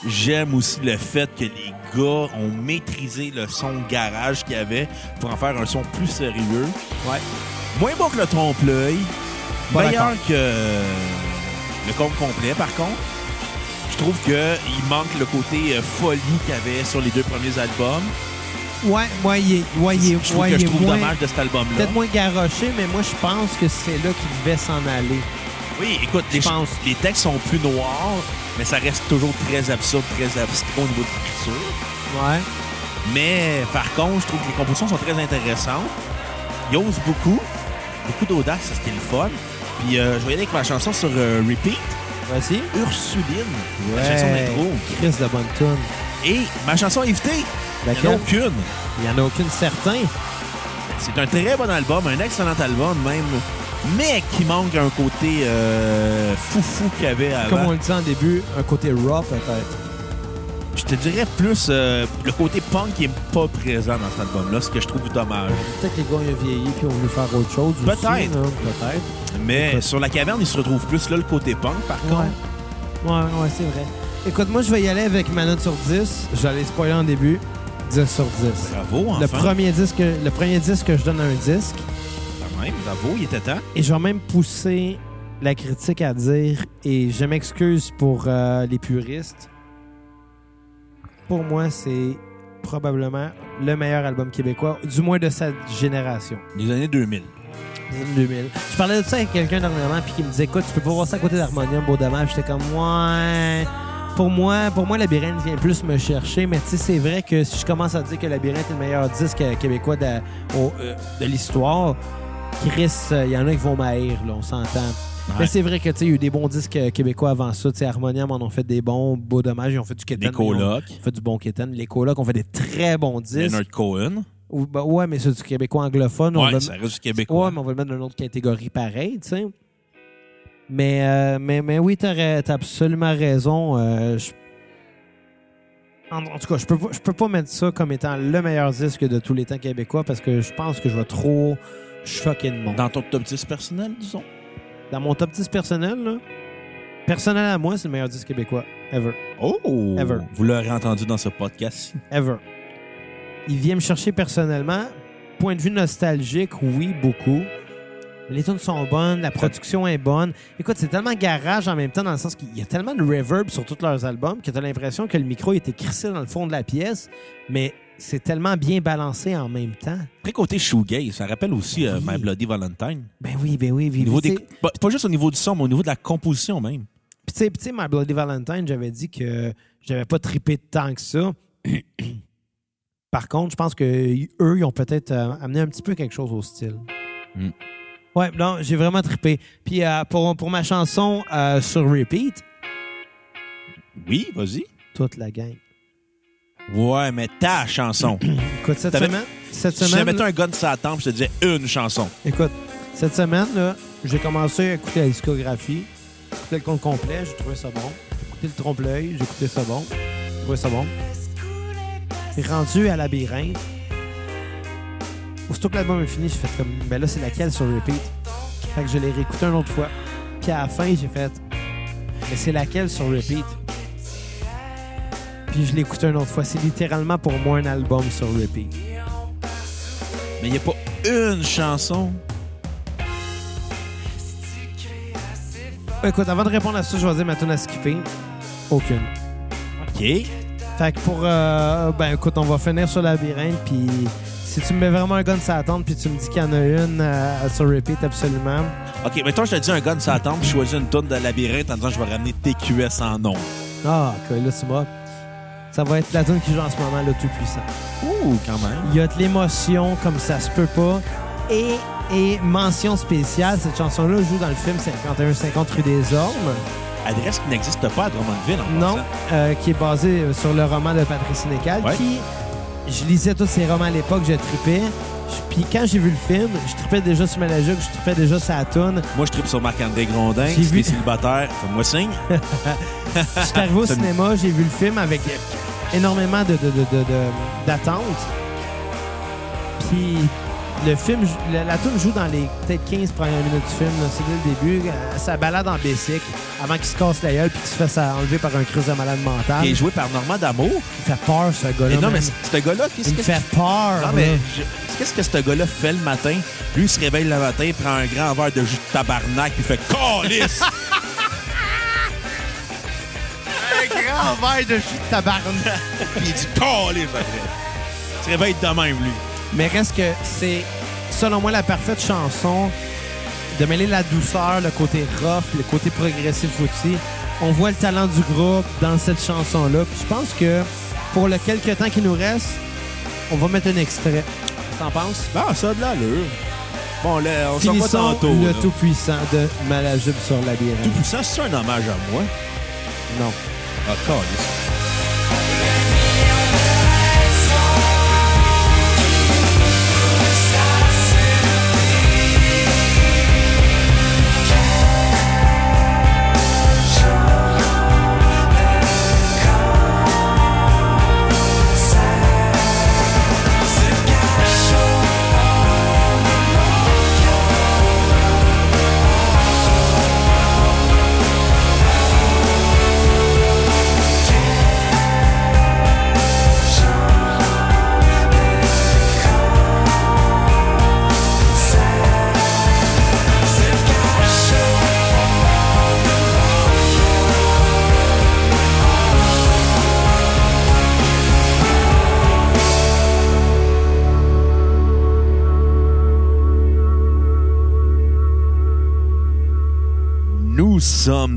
j'aime aussi le fait que les gars ont maîtrisé le son garage qu'il y avait pour en faire un son plus sérieux. Ouais. Moins bon que le trompe-l'œil. Pas Meilleur que euh, le compte complet, par contre. Je trouve qu'il manque le côté euh, folie qu'il y avait sur les deux premiers albums. Ouais, moi, il est, ouais, il est- je trouve ouais, que il je est trouve moins- dommage de cet album-là. peut-être moins garoché, mais moi, je pense que c'est là qu'il devait s'en aller. Oui, écoute, les, Je pense. les textes sont plus noirs, mais ça reste toujours très absurde, très abstrait au niveau de l'écriture. Ouais. Mais par contre, je trouve que les compositions sont très intéressantes. Ils osent beaucoup, beaucoup d'audace, c'est ce qui est le fun. Puis euh, je vais y aller avec ma chanson sur euh, Repeat, Vas-y. Ursuline, la chanson d'intro. Chris de bonne tune. Et ma chanson évitée, il n'y en a Laquelle? aucune. Il n'y en a aucune certaine. C'est un très bon album, un excellent album même, mais qui manque un côté euh, foufou qu'il y avait Comme avant. on le disait en début, un côté raw peut-être. Je te dirais plus euh, le côté punk qui n'est pas présent dans cet album-là, ce que je trouve dommage. Peut-être que les gars ont vieilli et ont voulu faire autre chose. aussi, Peut-être. là. Peut-être. Mais Écoute. sur la caverne, il se retrouve plus là le côté punk par contre. Ouais. Ouais, ouais, c'est vrai. Écoute, moi, je vais y aller avec ma note sur 10. J'allais spoiler en début. 10 sur 10. Bravo, enfin. Le premier, disque, le premier disque que je donne à un disque. Quand même, bravo, il était temps. Et je vais même pousser la critique à dire, et je m'excuse pour euh, les puristes, pour moi, c'est probablement le meilleur album québécois, du moins de sa génération, Les années 2000. des années 2000. Je parlais de ça avec quelqu'un dernièrement, puis qui me disait, écoute, tu peux pas voir ça à côté d'Harmonium, beau dommage. J'étais comme, ouais... Pour moi, pour moi, Labyrinthe vient plus me chercher, mais tu sais, c'est vrai que si je commence à dire que Labyrinthe est le meilleur disque euh, québécois de, au- euh, de l'histoire, Chris, euh, il y en a qui vont m'haïr, là, on s'entend. Mais c'est vrai que tu sais, il y a eu des bons disques euh, québécois avant ça. Tu sais, Harmonium en ont fait des bons, beau dommage, ils ont fait du Kéten. Les colocs, Ils ont fait du bon Kéten. Les colocs ont fait des très bons disques. Leonard Cohen. Ou- ben, ouais, mais c'est du québécois anglophone. on Ouais, va- ça reste du Québec. Ouais, mais on va le mettre dans une autre catégorie pareil, tu sais. Mais, euh, mais, mais oui, t'as ra- t'as absolument raison. euh, je- en, en tout cas, je peux, pas- je peux pas mettre ça comme étant le meilleur disque de tous les temps québécois parce que je pense que je vais trop choquer le monde. Dans, Dans ton top 10 personnel, disons. mon top 10 personnel, là, personnel à moi, c'est le meilleur disque québécois ever. Oh! Ever. Vous l'aurez entendu dans ce podcast. Ever. Il vient me chercher personnellement. Point de vue nostalgique, oui, beaucoup. Les tunes sont bonnes, la production est bonne. Écoute, c'est tellement garage en même temps, dans le sens qu'il y a tellement de reverb sur tous leurs albums que tu as l'impression que le micro était crissé dans le fond de la pièce, mais c'est tellement bien balancé en même temps. Après côté shoegaze, ça rappelle aussi euh, Oui. My Bloody Valentine. Ben oui, ben oui. Au Puis niveau tu des... sais- pas, pas juste au niveau du son, mais au niveau de la composition même. puis tu sais- puis tu sais, My Bloody Valentine, j'avais dit que j'avais pas trippé tant que ça. Par contre, je pense que eux, ils ont peut-être euh, amené un petit peu quelque chose au style. Mm. Ouais, non, j'ai vraiment trippé. Puis euh, pour, pour ma chanson euh, sur repeat, Oui, vas-y. toute la gang. Ouais, mais ta chanson. Écoute, cette T'avais- semaine, cette si je te semaine, mettais un gun sur la tempe, je te disais une chanson. écoute, cette semaine là, j'ai commencé à écouter la discographie, j'ai écouté le compte complet, j'ai trouvé ça bon. J'ai écouté le trompe-l'œil, j'ai écouté ça bon, j'ai trouvé ça bon. Et rendu à labyrinthe, aussitôt que l'album est fini, j'ai fait comme, ben là, c'est laquelle sur repeat? Fait que je l'ai réécouté une autre fois. Puis à la fin, j'ai fait, mais c'est laquelle sur repeat? Puis je l'ai écouté une autre fois. C'est littéralement pour moi un album sur repeat. Mais il n'y a pas une chanson. Écoute, avant de répondre à ça, je vais dire ma tune à skipper. Aucune. OK. Fait que pour... euh, ben écoute, on va finir sur Labyrinthe, puis si tu me mets vraiment un gun sur la tente, puis tu me dis qu'il y en a une euh, sur repeat absolument, OK, mettons, je te dis un gun sur la tempe, je choisis une tourne de labyrinthe en disant je vais ramener TQS en nom. ah, que là, tu vas... Ça va être la tune qui joue en ce moment, le tout puissant. Ouh, quand même. Il y a de l'émotion comme ça se peut pas. Et, et mention spéciale, cette chanson-là joue dans le film 51-50 rue des Ormes. Adresse qui n'existe pas à Drummondville, en Non, passant. euh, qui est basé sur le roman de Patrice Sénécal, Ouais. qui... Je lisais tous ces romans à l'époque, je tripais. Je- Puis quand j'ai vu le film, je tripais déjà sur Malajuk, je tripais déjà sur la toune. Moi, je tripe sur Marc-André Grondin. J'ai Si vu- t'es célibataire, fais-moi signe. Je suis arrivé au Ça me- cinéma, j'ai vu le film avec énormément de, de, de- de- de- d'attentes. Puis le film, la, la toune joue dans les peut-être 15 premières minutes du film. là. C'est dès le début. Euh, Ça balade en bicycle avant qu'il se casse la gueule puis qu'il se fasse enlever par un crise de malade mental. Qui est Il joué par Normand D'Amour. fait peur, ce gars-là. Et non, mais man. c- ce gars-là, qu'est-ce Ben Il me que fait peur. Non, mais là. je- qu'est-ce que ce gars-là fait le matin? Lui, il se réveille le matin, il prend un grand verre de jus de tabarnak, puis il fait Calice! un grand verre de jus de tabarnak. puis il dit Calice après. Il se réveille de même, lui. Mais reste que c'est, selon moi, la parfaite chanson de mêler la douceur, le côté rough, le côté progressif aussi. On voit le talent du groupe dans cette chanson-là. Puis je pense que pour le quelques temps qui nous reste, on va mettre un extrait. T'en penses? Ah, ça a de l'allure. Bon, là, on s'en va Finissons tantôt. le là. Tout tout-puissant de Malajube sur la bière. puissant, c'est un hommage à moi. Non. Ah, Calice. J'aime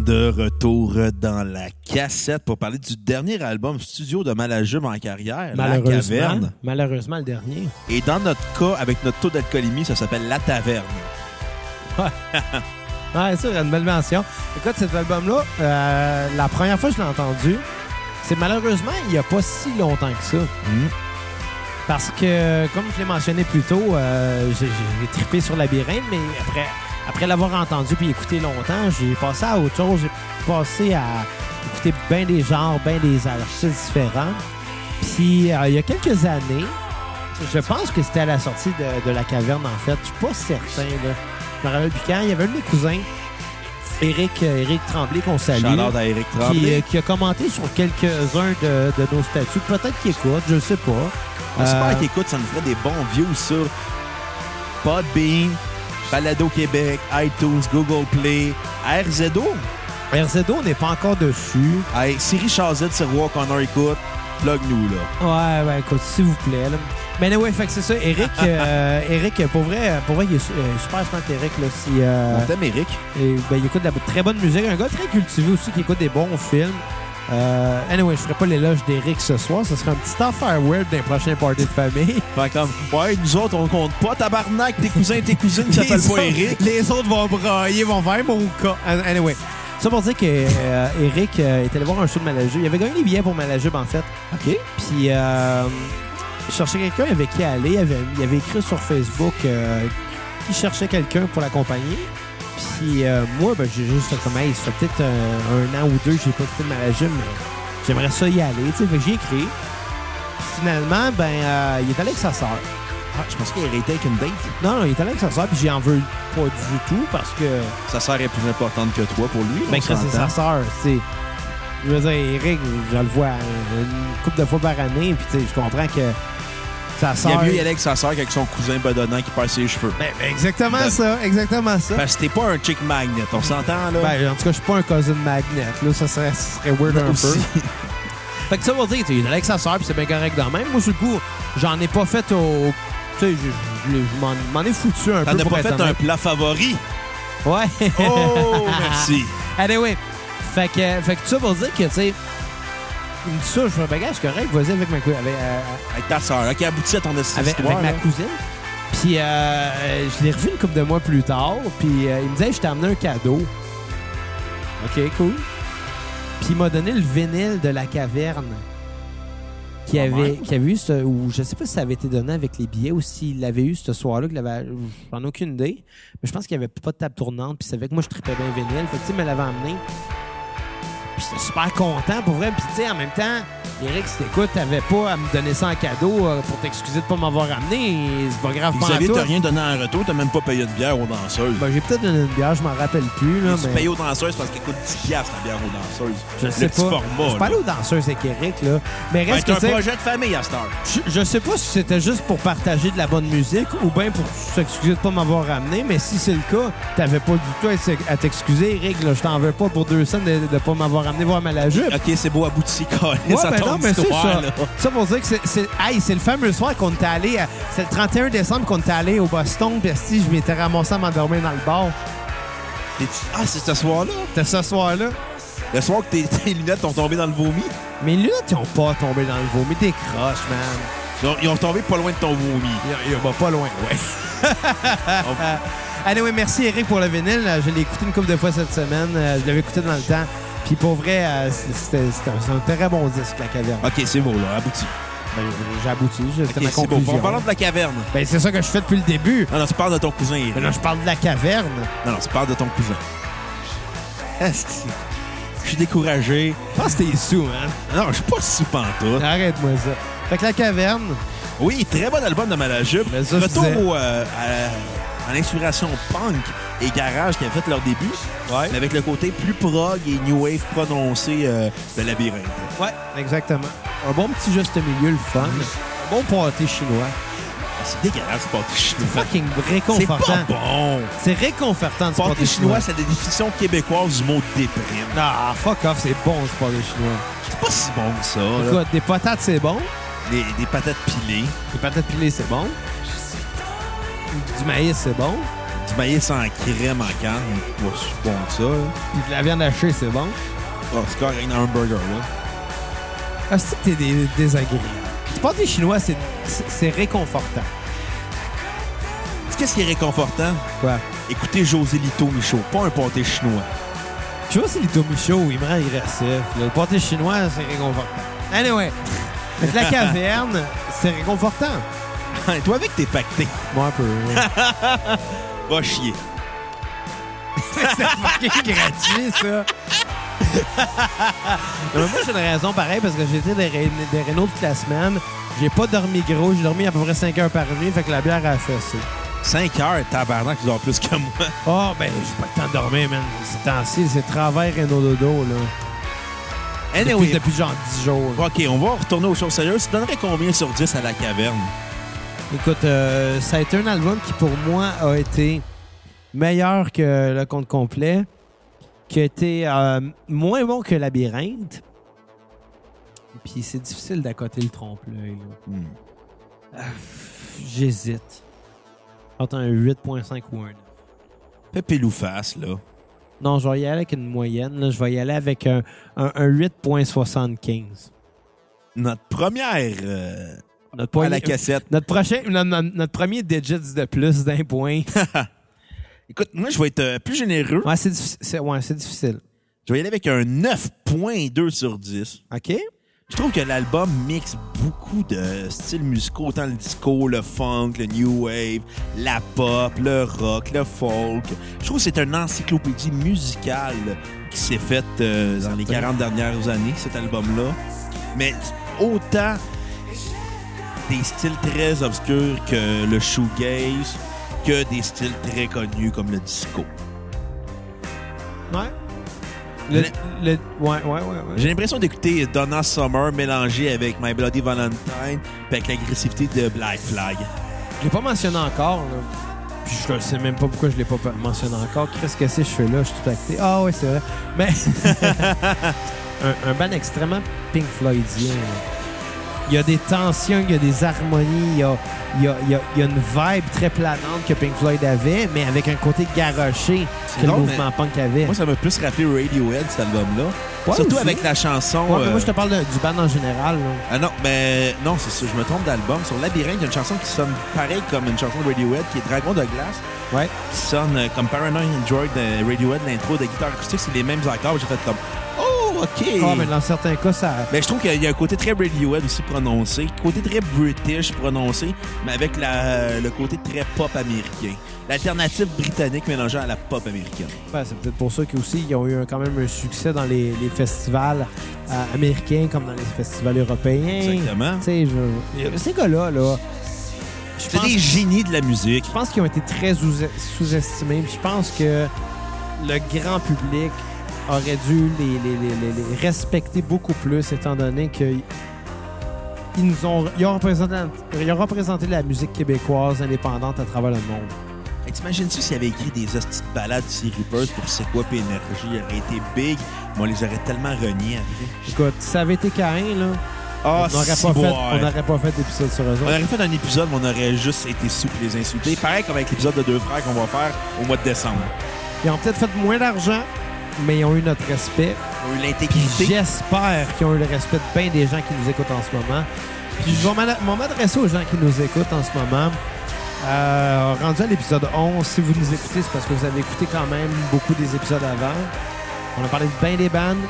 de retour dans la cassette pour parler du dernier album studio de Malajube en carrière, La Malheureusement, Caverne. malheureusement, le dernier. Et dans notre cas, avec notre taux d'alcoolémie, ça s'appelle La Taverne. Ouais, ça, c'est une belle mention. Écoute, cet album-là, euh, la première fois que je l'ai entendu, c'est malheureusement il n'y a pas si longtemps que ça. Hmm. Parce que, comme je l'ai mentionné plus tôt, euh, j'ai- j'ai trippé sur Labyrinthe, mais après, après l'avoir entendu puis écouté longtemps, j'ai passé à autre chose. J'ai passé à écouter bien des genres, bien des artistes différents. Puis, euh, il y a quelques années, je pense que c'était à la sortie de, de la caverne, en fait. Je suis pas certain, là. Je me rappelle plus quand. Il y avait un de mes cousins, Eric, euh, Eric Tremblay, qu'on salue Shout-out à Eric qui, Tremblay. euh, qui a commenté sur quelques-uns de, de nos statuts. Peut-être qu'il écoute, je ne sais pas. J'espère Euh, qu'il écoute, ça nous ferait des bons views sur Podbean, Balado Québec, iTunes, Google Play, RZO. RZO n'est pas encore dessus. Hey, Siri Chazette, c'est Roi Connor écoute. Plug-nous, là. Ouais, ouais, écoute, s'il vous plaît. là. Mais ouais, fait que c'est ça. Eric, euh, Eric, pour vrai, pour vrai, il est su- euh, super smart, Eric. Là, si, euh, On t'aime, Eric. Et, ben, il écoute de la très bonne musique. Un gars très cultivé aussi qui écoute des bons films. Euh, anyway, je ferai pas l'éloge d'Eric ce soir. Ce sera un petit affaire weird d'un prochain party de famille. Fait comme, ouais, nous autres, on compte pas, tabarnak, tes cousins et tes cousines s'appellent pas Eric. les autres vont brailler, vont faire mon cas. An- Anyway. Ça pour dire que euh, Eric euh, est allé voir un show de Malajube. Il avait gagné les billets pour Malajube, en fait. OK. Puis, euh, il cherchait quelqu'un avec qui aller. Il avait, il avait écrit sur Facebook euh, qu'il cherchait quelqu'un pour l'accompagner. Puis, euh, moi, ben, j'ai juste fait comme, hey, ça fait peut-être euh, un an ou deux que j'ai pas fait de Malajube, mais j'aimerais ça y aller. tu sais. Fait que j'ai écrit. Puis Finalement, ben, euh, il est allé avec sa sœur. Ah, je pensais qu'il aurait été avec une date. Non, non, il est allé avec sa soeur, puis j'y en veux pas du tout parce que. Sa sœur est plus importante que toi pour lui. Ben, on Chris, c'est sa s'entend. soeur, tu sais. Je veux dire, Eric, je le vois une couple de fois par année, puis tu sais, je comprends que sa Il y a soeur. mieux y aller avec sa sœur qu'avec son cousin bedonnant qui perd ses cheveux. Ben, ben, exactement Ben- ça, exactement ça. Parce que t'es pas un chick magnet, on s'entend, là? Ben, en tout cas, je suis pas un cousin magnet, là, ça serait, ça serait weird un peu. Ben, Aussi. Fait que ça veut dire, tu sais, il est allé avec sa soeur, puis c'est bien correct dans le même. Moi, sur le coup, j'en ai pas fait au. Tu sais, je- je l'ai- je m'en- m'en ai foutu un T'en peu. as pour pas être fait un honnête. plat favori? Ouais. Oh, merci. Anyway, Ah, ben fait que, fait que tout ça pour dire que, tu sais, il me dit ça, je fais, ben, gars, c'est correct, vas-y avec ma, cou- avec, euh, Avec ta sœur, qui aboutissait ton avec, histoire. avec ma là. cousine. Puis, euh, je l'ai revu une couple de mois plus tard, puis euh, il me disait, je t'ai amené un cadeau. OK, cool. Puis, il m'a donné le vinyle de la caverne. Qui Ah, avait, merde. qui avait eu ce. Ou je sais pas si ça avait été donné avec les billets ou s'il l'avait eu ce soir-là, que l'avait. J'en ai aucune idée. Mais je pense qu'il n'y avait pas de table tournante, puis il savait que moi je tripais bien vinyle. Fait que, tu sais, il me l'avait amené. Puis j'étais super content pour vrai. Puis tu sais, en même temps, Eric, si t'écoutes, t'avais pas à me donner ça en cadeau euh, pour t'excuser de pas m'avoir amené. C'est pas grave, Vous pas en aviez tout. t'as rien donné en retour, t'as même pas payé de bière aux danseuses. Ben, j'ai peut-être donné une bière, je m'en rappelle plus. Là, Tu mais payes aux danseuses parce qu'elle coûte 10$ piastres, la bière aux danseuses. je sais le petit pas. format. je suis pas là. allé aux danseuses avec Eric, là. Mais Ben, reste C'est que, tu sais, un projet de famille à cette heure. Je, je sais pas si c'était juste pour partager de la bonne musique ou bien pour s'excuser de pas m'avoir ramené, mais si c'est le cas, t'avais pas du tout à s'ex- à t'excuser, Eric. Là, je t'en veux pas pour deux scènes de, de pas m'avoir ramené voir ma la jupe. OK, c'est beau abouti, Colin. Ouais, ça ben tombe non, mais c'est ça. histoire, là. Ça pour dire que c'est, c'est, hey, c'est le fameux soir qu'on était allé. à- C'est le 31 décembre qu'on était allé au Boston. Puis si je m'étais ramassé à m'endormir dans le bar. T'es- Ah, c'est ce soir-là? C'était ce soir-là. Le soir que tes, tes lunettes ont tombé dans le vomi? Mes lunettes, ils ont pas tombé dans le vomi. Des croches, man. Ils ont, ils ont tombé pas loin de ton vomi. Il, il va pas loin, ouais. anyway, merci Eric pour le vinyle. Euh, Je l'ai écouté une couple de fois cette semaine. Euh, Je l'avais écouté dans le temps. Puis pour vrai, euh, c'était c'était un, c'est un très bon disque, La Caverne. OK, c'est beau, là, abouti. Ben, J'ai abouti, j'ai fait OK, ma c'est beau. conclusion. En parlant de la caverne. Ben, c'est ça que je fais depuis le début. Non, non, tu parles de ton cousin. Eric. Ben là, je parle de La Caverne. Non, non, tu parles de ton cousin. Esti. Je suis découragé. Je pense que t'es sous, hein? Non, je suis pas si pantoute. Arrête-moi ça. Fait que La Caverne, Oui, très bon album de Malajube. Mais ça, je Retour disais. au, euh, à, à l'inspiration punk et garage qui a fait leur début, Ouais. mais avec le côté plus prog et new wave prononcé euh, de Labyrinthe. ouais, exactement. Un bon petit juste milieu, le fun. Un bon pâté chinois. Ah, C'est dégueulasse, ce pâté chinois. Fucking C'est pas réconfortant. bon. C'est réconfortant, du Pâté chinois, c'est la définition québécoise du mot déprime. Ah, fuck off, c'est bon du pâté chinois. C'est pas si bon que ça. là. Écoute, des patates, c'est bon. Des, des patates pilées, Des patates pilées, c'est bon. Du maïs, c'est bon. Du maïs en crème en canne, moi, je suis bon de ça. là. Puis de la viande hachée, c'est bon. Oh, c'est correct, un burger, là. Ah, c'est que t'es dé- désagréable. Tu parles des Chinois, c'est- c'est c'est réconfortant. Tu sais, Qu'est-ce qui est réconfortant? Quoi? Écoutez José Lito Michaud, pas un pâté chinois. Je vois c'est les tomichos, il me rend agressif. Le pâté chinois, c'est réconfortant. Anyway, Fait que la caverne, c'est réconfortant. Hein, Toi, avec tes pactés, Moi, un peu. ouais. va chier. c'est fucking gratuit, ça. Non, mais moi, j'ai une raison pareille parce que j'étais des, ré- des rénaux toute la semaine. J'ai pas dormi gros. J'ai dormi à peu près 5 heures par nuit. Fait que la bière a fait ça. 5 heures, tabarnak, ils ont plus que moi. Oh, ben, j'ai pas le temps de dormir, man. Ces temps-ci, c'est travail réno dodo, là. Depuis, Anyway, depuis genre 10 jours. là. OK, on va retourner aux choses sérieuses. Tu donnerais combien sur 10 à la caverne? Écoute, euh, ça a été un album qui, pour moi, a été meilleur que le compte complet, qui a été euh, moins bon que Labyrinthe. Puis c'est difficile d'accoter le trompe-l'œil. là. Euh, Hmm. J'hésite. Entre un 8.5 ou un 9. Pépé Louface, là. Non, je vais y aller avec une moyenne. là. Je vais y aller avec un, un- un 8.75. Notre première euh, Notre à point- la cassette. Notre, prochain, notre, notre- notre premier digits de plus d'un point. Écoute, moi, je vais être euh, plus généreux. ouais, c'est diffi- c'est- ouais, c'est difficile. Je vais y aller avec un 9.2 sur 10. OK? Je trouve que l'album mixe beaucoup de styles musicaux, autant le disco, le funk, le new wave, la pop, le rock, le folk. Je trouve que c'est une encyclopédie musicale qui s'est faite euh, dans les 40 dernières années, cet album-là. Mais autant des styles très obscurs que le shoegaze, que des styles très connus comme le disco. Ouais. Le, Mais- le, ouais, ouais, ouais. ouais. J'ai l'impression d'écouter Donna Summer mélangée avec My Bloody Valentine puis avec l'agressivité de Black Flag. Je l'ai pas mentionné encore, là. Puis je sais même pas pourquoi je l'ai pas pa- mentionné encore. Qu'est-ce que c'est, je fais là, je suis tout acté. Ah ouais, c'est vrai. Mais. un, un band extrêmement Pink Floydien. là. Il y a des tensions, il y a des harmonies, il y a, il y a- il y a- il y a une vibe très planante que Pink Floyd avait, mais avec un côté garoché C'est que le drôle, mouvement punk avait. Moi, ça m'a plus rappelé Radiohead, cet album-là. Eh. Ouais, Surtout aussi. avec la chanson. Ouais, mais euh, Moi, je te parle de- du band en général. là. Ah non, mais non, c'est ça, je me trompe d'album. Sur Labyrinthe, il y a une chanson qui sonne pareil comme une chanson de Radiohead, qui est Dragon de glace, Ouais. qui sonne euh, comme Paranoid Android de Radiohead, l'intro de guitare acoustique, c'est les mêmes accords. J'ai fait comme Oh, OK! Ah, mais dans certains cas, ça. Mais je trouve qu'il y a un côté très Radiohead aussi prononcé, côté très British prononcé, mais avec la- le côté très pop américain. L'alternative britannique mélangée à la pop américaine. Ouais, Ben, c'est peut-être pour ça qu'ils aussi, ils ont eu un- quand même un succès dans les, les festivals euh, américains comme dans les festivals européens. Exactement. Tu sais, je- Ces gars-là, là, je C'est pense, des génies de la musique. je pense qu'ils ont été très sous- sous-estimés. puis Je pense que le grand public aurait dû les, les- les- les- les respecter beaucoup plus, étant donné qu'ils ils nous ont, ils ont, représenté, ils ont représenté la musique québécoise indépendante à travers le monde. Hey, T'imagines-tu s'il avait écrit des hosties de balades sur Reapers pour C'est quoi puis Énergie? Il aurait été big, mais on les aurait tellement reniés après. Écoute, si ça avait été Caïn, là, Ah, on n'aurait si, pas, fait- ouais. on n'aurait pas fait d'épisode sur eux autres. On aurait fait un épisode, mais on aurait juste été sous pour les insulter. Pareil comme avec l'épisode de Deux Frères qu'on va faire au mois de décembre. Ils ont peut-être fait moins d'argent, mais ils ont eu notre respect. On a eu Puis l'intégrité. j'espère qu'ils ont eu le respect de bien des gens qui nous écoutent en ce moment. Puis je vais m'ad- m'en m'adresser aux gens qui nous écoutent en ce moment. Euh, rendu à l'épisode 11, si vous nous écoutez, c'est parce que vous avez écouté quand même beaucoup des épisodes avant. On a parlé de bien des bandes,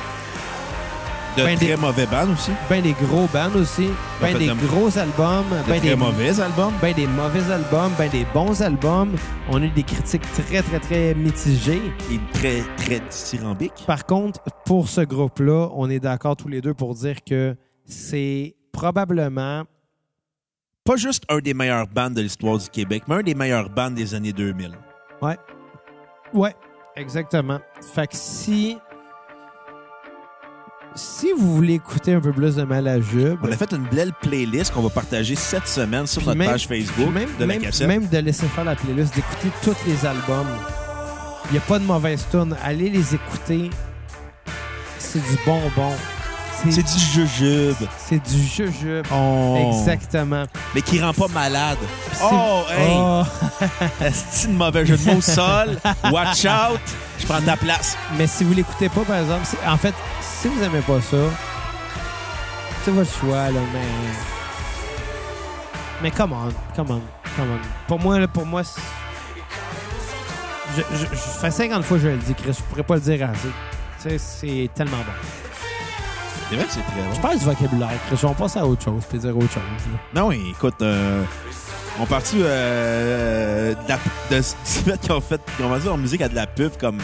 De ben très des- mauvais bands aussi. bien des gros bandes aussi, En bien fait, des de- gros albums, De bien très des mauvais albums. ben des mauvais albums, ben des bons albums. On a eu des critiques très, très, très mitigées. Et très, très tyrambique. Par contre, pour ce groupe-là, on est d'accord tous les deux pour dire que c'est probablement. Pas juste un des meilleurs bands de l'histoire du Québec, mais un des meilleurs bands des années 2000. Ouais, exactement. Fait que si. Si vous voulez écouter un peu plus de Malajube, On a fait une belle playlist qu'on va partager cette semaine sur Puis notre même- page Facebook même, de la même- cassette. même de laisser faire la playlist, d'écouter tous les albums, il n'y a pas de mauvaise tune. Allez les écouter. C'est du bonbon. C'est du jujube. C'est du jujube. Oh. Exactement. Mais qui rend pas malade. Puis c'est- Oh, hey! Oh. Est-ce de mauvais jeu de mots au sol? Watch out! Je prends ta place. Mais si vous l'écoutez pas, par exemple, c'est- en fait, si vous aimez pas ça, c'est votre choix, là, mais. Mais come on, come on, come on. Pour moi, là, pour moi, c'est- je, je, je fais 50 fois que je le dis, Chris. Je pourrais pas le dire assez. Tu sais, c'est tellement bon. C'est vrai que c'est très Je bon. parle du vocabulaire, Chris. On passe à autre chose, puis dire autre chose. là. Non, écoute, euh, on partit euh, de, la, de ce qu'ils ont fait, qu'ils ont vendu en musique à de la pub comme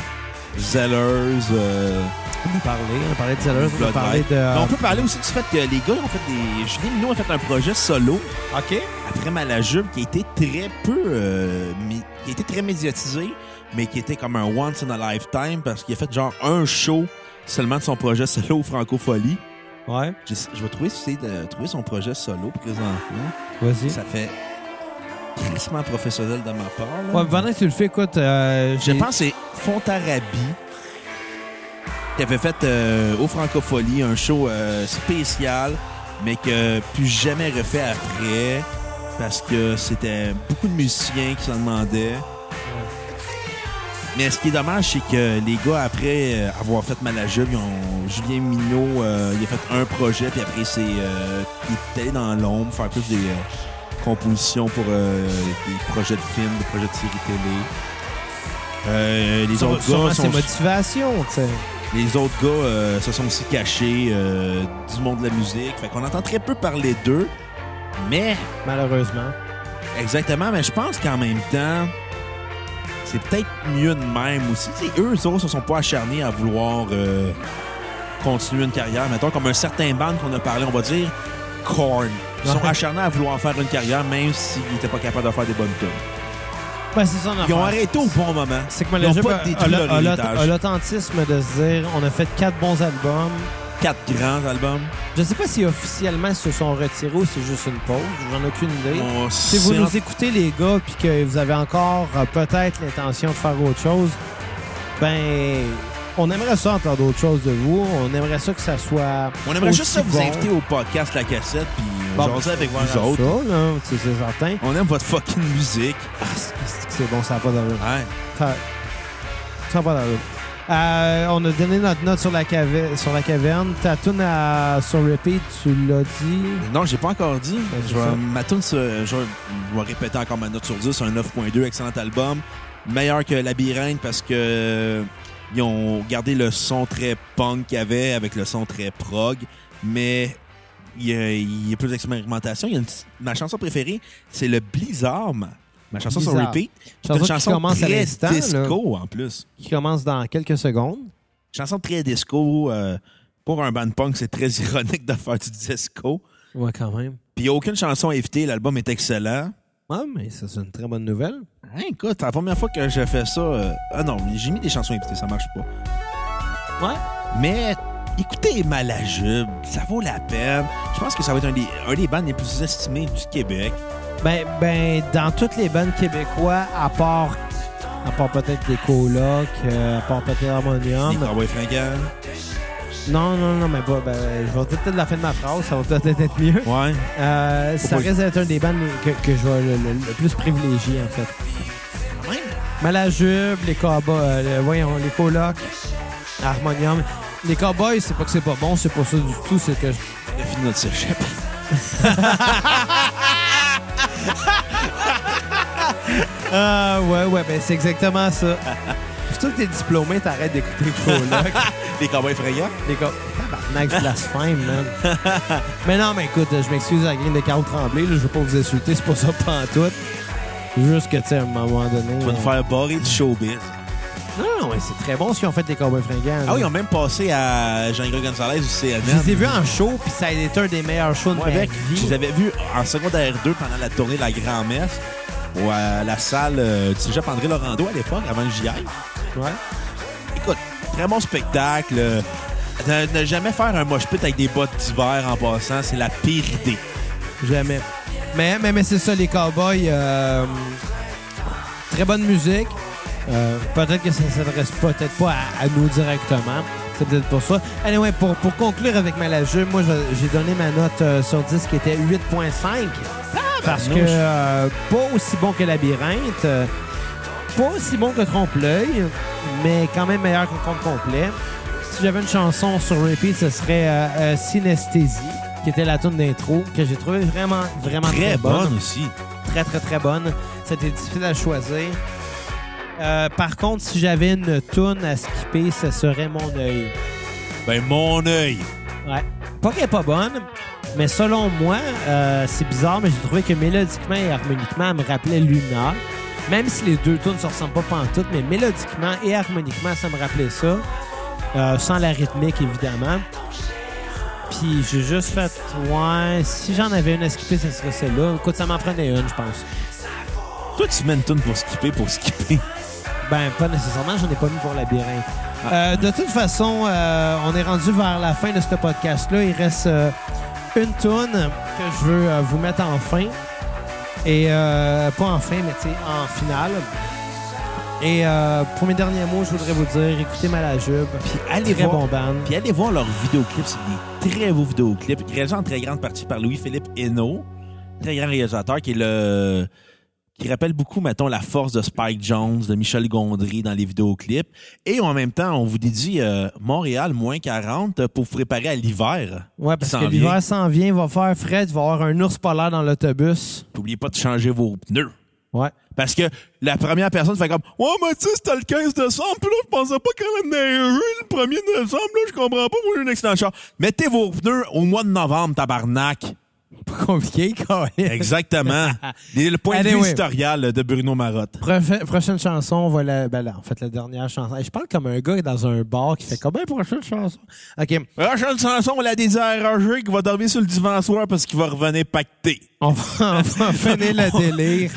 Zellers. euh, On a parlé, on a parlé de Zellers, on a Blood parlé Rite. de. Mais on peut parler aussi du fait que les gars ont fait des. Julien Minou a fait un projet solo euh, OK. après Malajube qui a été très peu. euh, mi- qui a été très médiatisé, mais qui était comme un once in a lifetime parce qu'il a fait genre un show seulement de son projet solo Francofolie. Ouais, Je, je vais trouver, si c'est de trouver son projet solo présentement. vas-y. Ça fait crissement professionnel de ma part. là. Ouais, pendant que tu le fais, écoute. euh, Je j'ai- pense que c'est Fontarabie qui avait fait euh, au Francofolie un show euh, spécial, mais que plus jamais refait après parce que c'était beaucoup de musiciens qui s'en demandaient. Mais ce qui est dommage, c'est que les gars, après euh, avoir fait Malajub, ils ont Julien Minot, euh, il a fait un projet, puis après, c'est, euh, il est allé dans l'ombre faire plus des euh, compositions pour euh, des projets de films, des projets de séries télé. Euh, les, Sûrement, autres gars c'est sont, motivation, tu sais. les autres gars euh, se sont aussi cachés euh, du monde de la musique. Fait qu'on entend très peu parler d'eux, mais Malheureusement. Exactement, mais je pense qu'en même temps, c'est peut-être mieux de même aussi. Tu sais, eux, eux autres, se sont pas acharnés à vouloir euh, continuer une carrière. Mettons, comme un certain band qu'on a parlé, on va dire Korn. Ils sont Ouais. acharnés à vouloir faire une carrière, même s'ils n'étaient pas capables de faire des bonnes tunes. Ben, c'est ça, on a Ils ont arrêté au bon moment. C'est que Ils ont Malajub pas a- a détruit l'a- leur a l'a- a héritage. l'authenticisme de se dire on a fait quatre bons albums. Quatre grands albums. Je sais pas si officiellement ils se sont retirés ou c'est juste une pause. J'en ai aucune idée. On Si vous sent- nous écoutez, les gars, puis que vous avez encore euh, peut-être l'intention de faire autre chose, ben, on aimerait ça entendre autre chose de vous. On aimerait ça que ça soit. on aimerait juste aussi ça vous bon. inviter au podcast La Cassette, puis Bon, jaser avec voilà vous autres. ça, là, c'est c'est certain. On aime votre fucking musique. Ah, c'est- c'est c'est bon, ça n'a pas d'allure. Ouais. Ça- ça va dans l'autre. Euh, on a donné notre note sur la, cave- sur la caverne. Ta tune à son repeat, tu l'as dit. Non, j'ai pas encore dit. Ben, c'est Je vais, ça. ma tune, sur- je, vais- je vais répéter encore ma note sur 10, un 9.2, excellent album. Meilleur que Labyrinthe parce que euh, ils ont gardé le son très punk qu'il y avait avec le son très prog, mais il y a, il y a plus d'expérimentation. Il y a une petite- ma chanson préférée, c'est le Blizzard. Ma, ma chanson sur Blizzard. repeat. C'est Chanson une qui chanson commence à très l'instant, là. disco en plus. Qui commence dans quelques secondes. Chanson très disco. euh, pour un band punk, c'est très ironique de faire du disco. Ouais, quand même. Puis il n'y a aucune chanson à éviter. L'album est excellent. Ouais, mais ça, c'est une très bonne nouvelle. Hein, écoute, la première fois que j'ai fait ça. euh, Ah non, j'ai mis des chansons invitées, ça marche pas. Ouais. Mais écoutez Malajube, ça vaut la peine. Je pense que ça va être un des, un des bands les plus estimés du Québec. Ben, ben dans toutes les bandes québécois, à part, à part peut-être les colocs, euh, à part peut-être Les Harmonium. Cowboys Fringants. Non, non, non, mais pas. Ben, je vais peut-être la fin de ma phrase, ça va peut-être être mieux. Ouais. Euh, ça pas- risque d'être un des bandes que, que je vais le- le- le plus privilégier, en fait. Malajube, les cowboys, euh, le- voyons, les colocs, Harmonium. Les cowboys, c'est pas que c'est pas bon, c'est pas ça du tout, c'est que. je- On a fini notre cégep. Ah, ouais, ouais, ben c'est exactement ça. Plutôt que t'es diplômé, t'arrêtes d'écouter les colocs. les Cowboys Fringants. les gars, tabarnak, je blasphème, man. mais non, mais écoute, je m'excuse à la gang de Carl Tremblay, là, je veux pas vous insulter, c'est pas ça pantoute. Juste que, tu sais, à un moment donné. Tu vas nous on- faire barrer du showbiz. Non, non, mais c'est très bon si on fait des cowboys fringants. Ah oui, là. ils ont même passé à Jean-Gros Gonzalez du CNN. Je les ai vus en show, puis ça a été un des meilleurs shows de Moi, ma avec, je vie. les avais vus en secondaire 2 pendant la tournée de la Grand-Messe ou à la salle euh, du cégep André Laurando à l'époque, avant que j'y aille. Ouais. Écoute, très bon spectacle. Euh, Ne, ne jamais faire un mosh pit avec des bottes d'hiver en passant, c'est la pire idée. Jamais. Mais, mais, mais c'est ça, les cowboys. euh, très bonne musique. Euh, peut-être que ça ne s'adresse peut-être pas à, à nous directement. C'est peut-être pour ça. Anyway, pour, pour conclure avec Malajeux, moi, je- j'ai donné ma note euh, sur 10 qui était 8.5. Parce que euh, pas aussi bon que Labyrinthe, euh, pas aussi bon que Trompe-l'œil, mais quand même meilleur que Compte complet. Si j'avais une chanson sur repeat, ce serait euh, euh, Synesthésie, qui était la tune d'intro, que j'ai trouvé vraiment, vraiment très, Très bonne bonne aussi. très, très, très bonne. C'était difficile à choisir. Euh, par contre, si j'avais une toune à skipper, ce serait Mon œil. Ben, mon œil. Ouais. Pas qu'elle est pas bonne, mais selon moi, euh, c'est bizarre, mais j'ai trouvé que mélodiquement et harmoniquement, elle me rappelait Luna. Même si les deux tunes ne se ressemblent pas pantoute, mais mélodiquement et harmoniquement, ça me rappelait ça. Euh, sans la rythmique, évidemment. Puis j'ai juste fait, ouais, si j'en avais une à skipper, ce serait celle-là. Écoute, ça m'en prenait une, je pense. Toi, tu mets une toune pour skipper, pour skipper. Ben, pas nécessairement, j'en ai pas mis pour labyrinthe. Euh, de toute façon, euh, on est rendu vers la fin de ce podcast-là. Il reste euh, une toune que je veux euh, vous mettre en fin. Et euh, pas en fin, mais tu sais, en finale. Et euh, pour mes derniers mots, je voudrais vous dire, écoutez Malajube. Puis allez Très voir. bon band. Puis allez voir leurs vidéoclips, c'est des très beaux vidéoclips, réalisés en très grande partie par Louis-Philippe Henault, très grand réalisateur qui est le qui rappelle beaucoup, mettons, la force de Spike Jones, de Michel Gondry dans les vidéoclips. Et en même temps, on vous dédie euh, Montréal moins 40 pour vous préparer à l'hiver. Ouais, qui parce s'en que vient. l'hiver s'en vient, il va faire frais, il va y avoir un ours polaire dans l'autobus. N'oubliez pas de changer vos pneus. Ouais. Parce que la première personne fait comme Ouais, mais tu sais, c'était le 15 décembre, puis là, je pensais pas qu'elle en ait eu le 1er décembre, là, je comprends pas, moi, j'ai un accident de char. Mettez vos pneus au mois de novembre, tabarnak. Pas compliqué, quand même. Exactement. Les- le point de vue Anyway. historial là, de Bruno Marotte. Profa- prochaine chanson, on va la, ben là, en fait, la dernière chanson. Hey, je parle comme un gars dans un bar qui fait comme ben, prochaine chanson. OK, Prochaine chanson, la désire Roger qui va dormir sur le divan soir parce qu'il va revenir pacté. on va, on va finir le délire,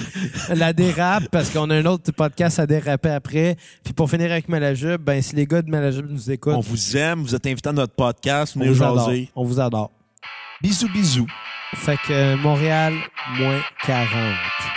la dérape, parce qu'on a un autre podcast à déraper après. Puis pour finir avec Malajub, ben, si les gars de Malajub nous écoutent, On vous aime, vous êtes invités à notre podcast, on venez vous adore. jaser. On vous adore. Bisous, bisous. Fait que Montréal, moins 40. Ah,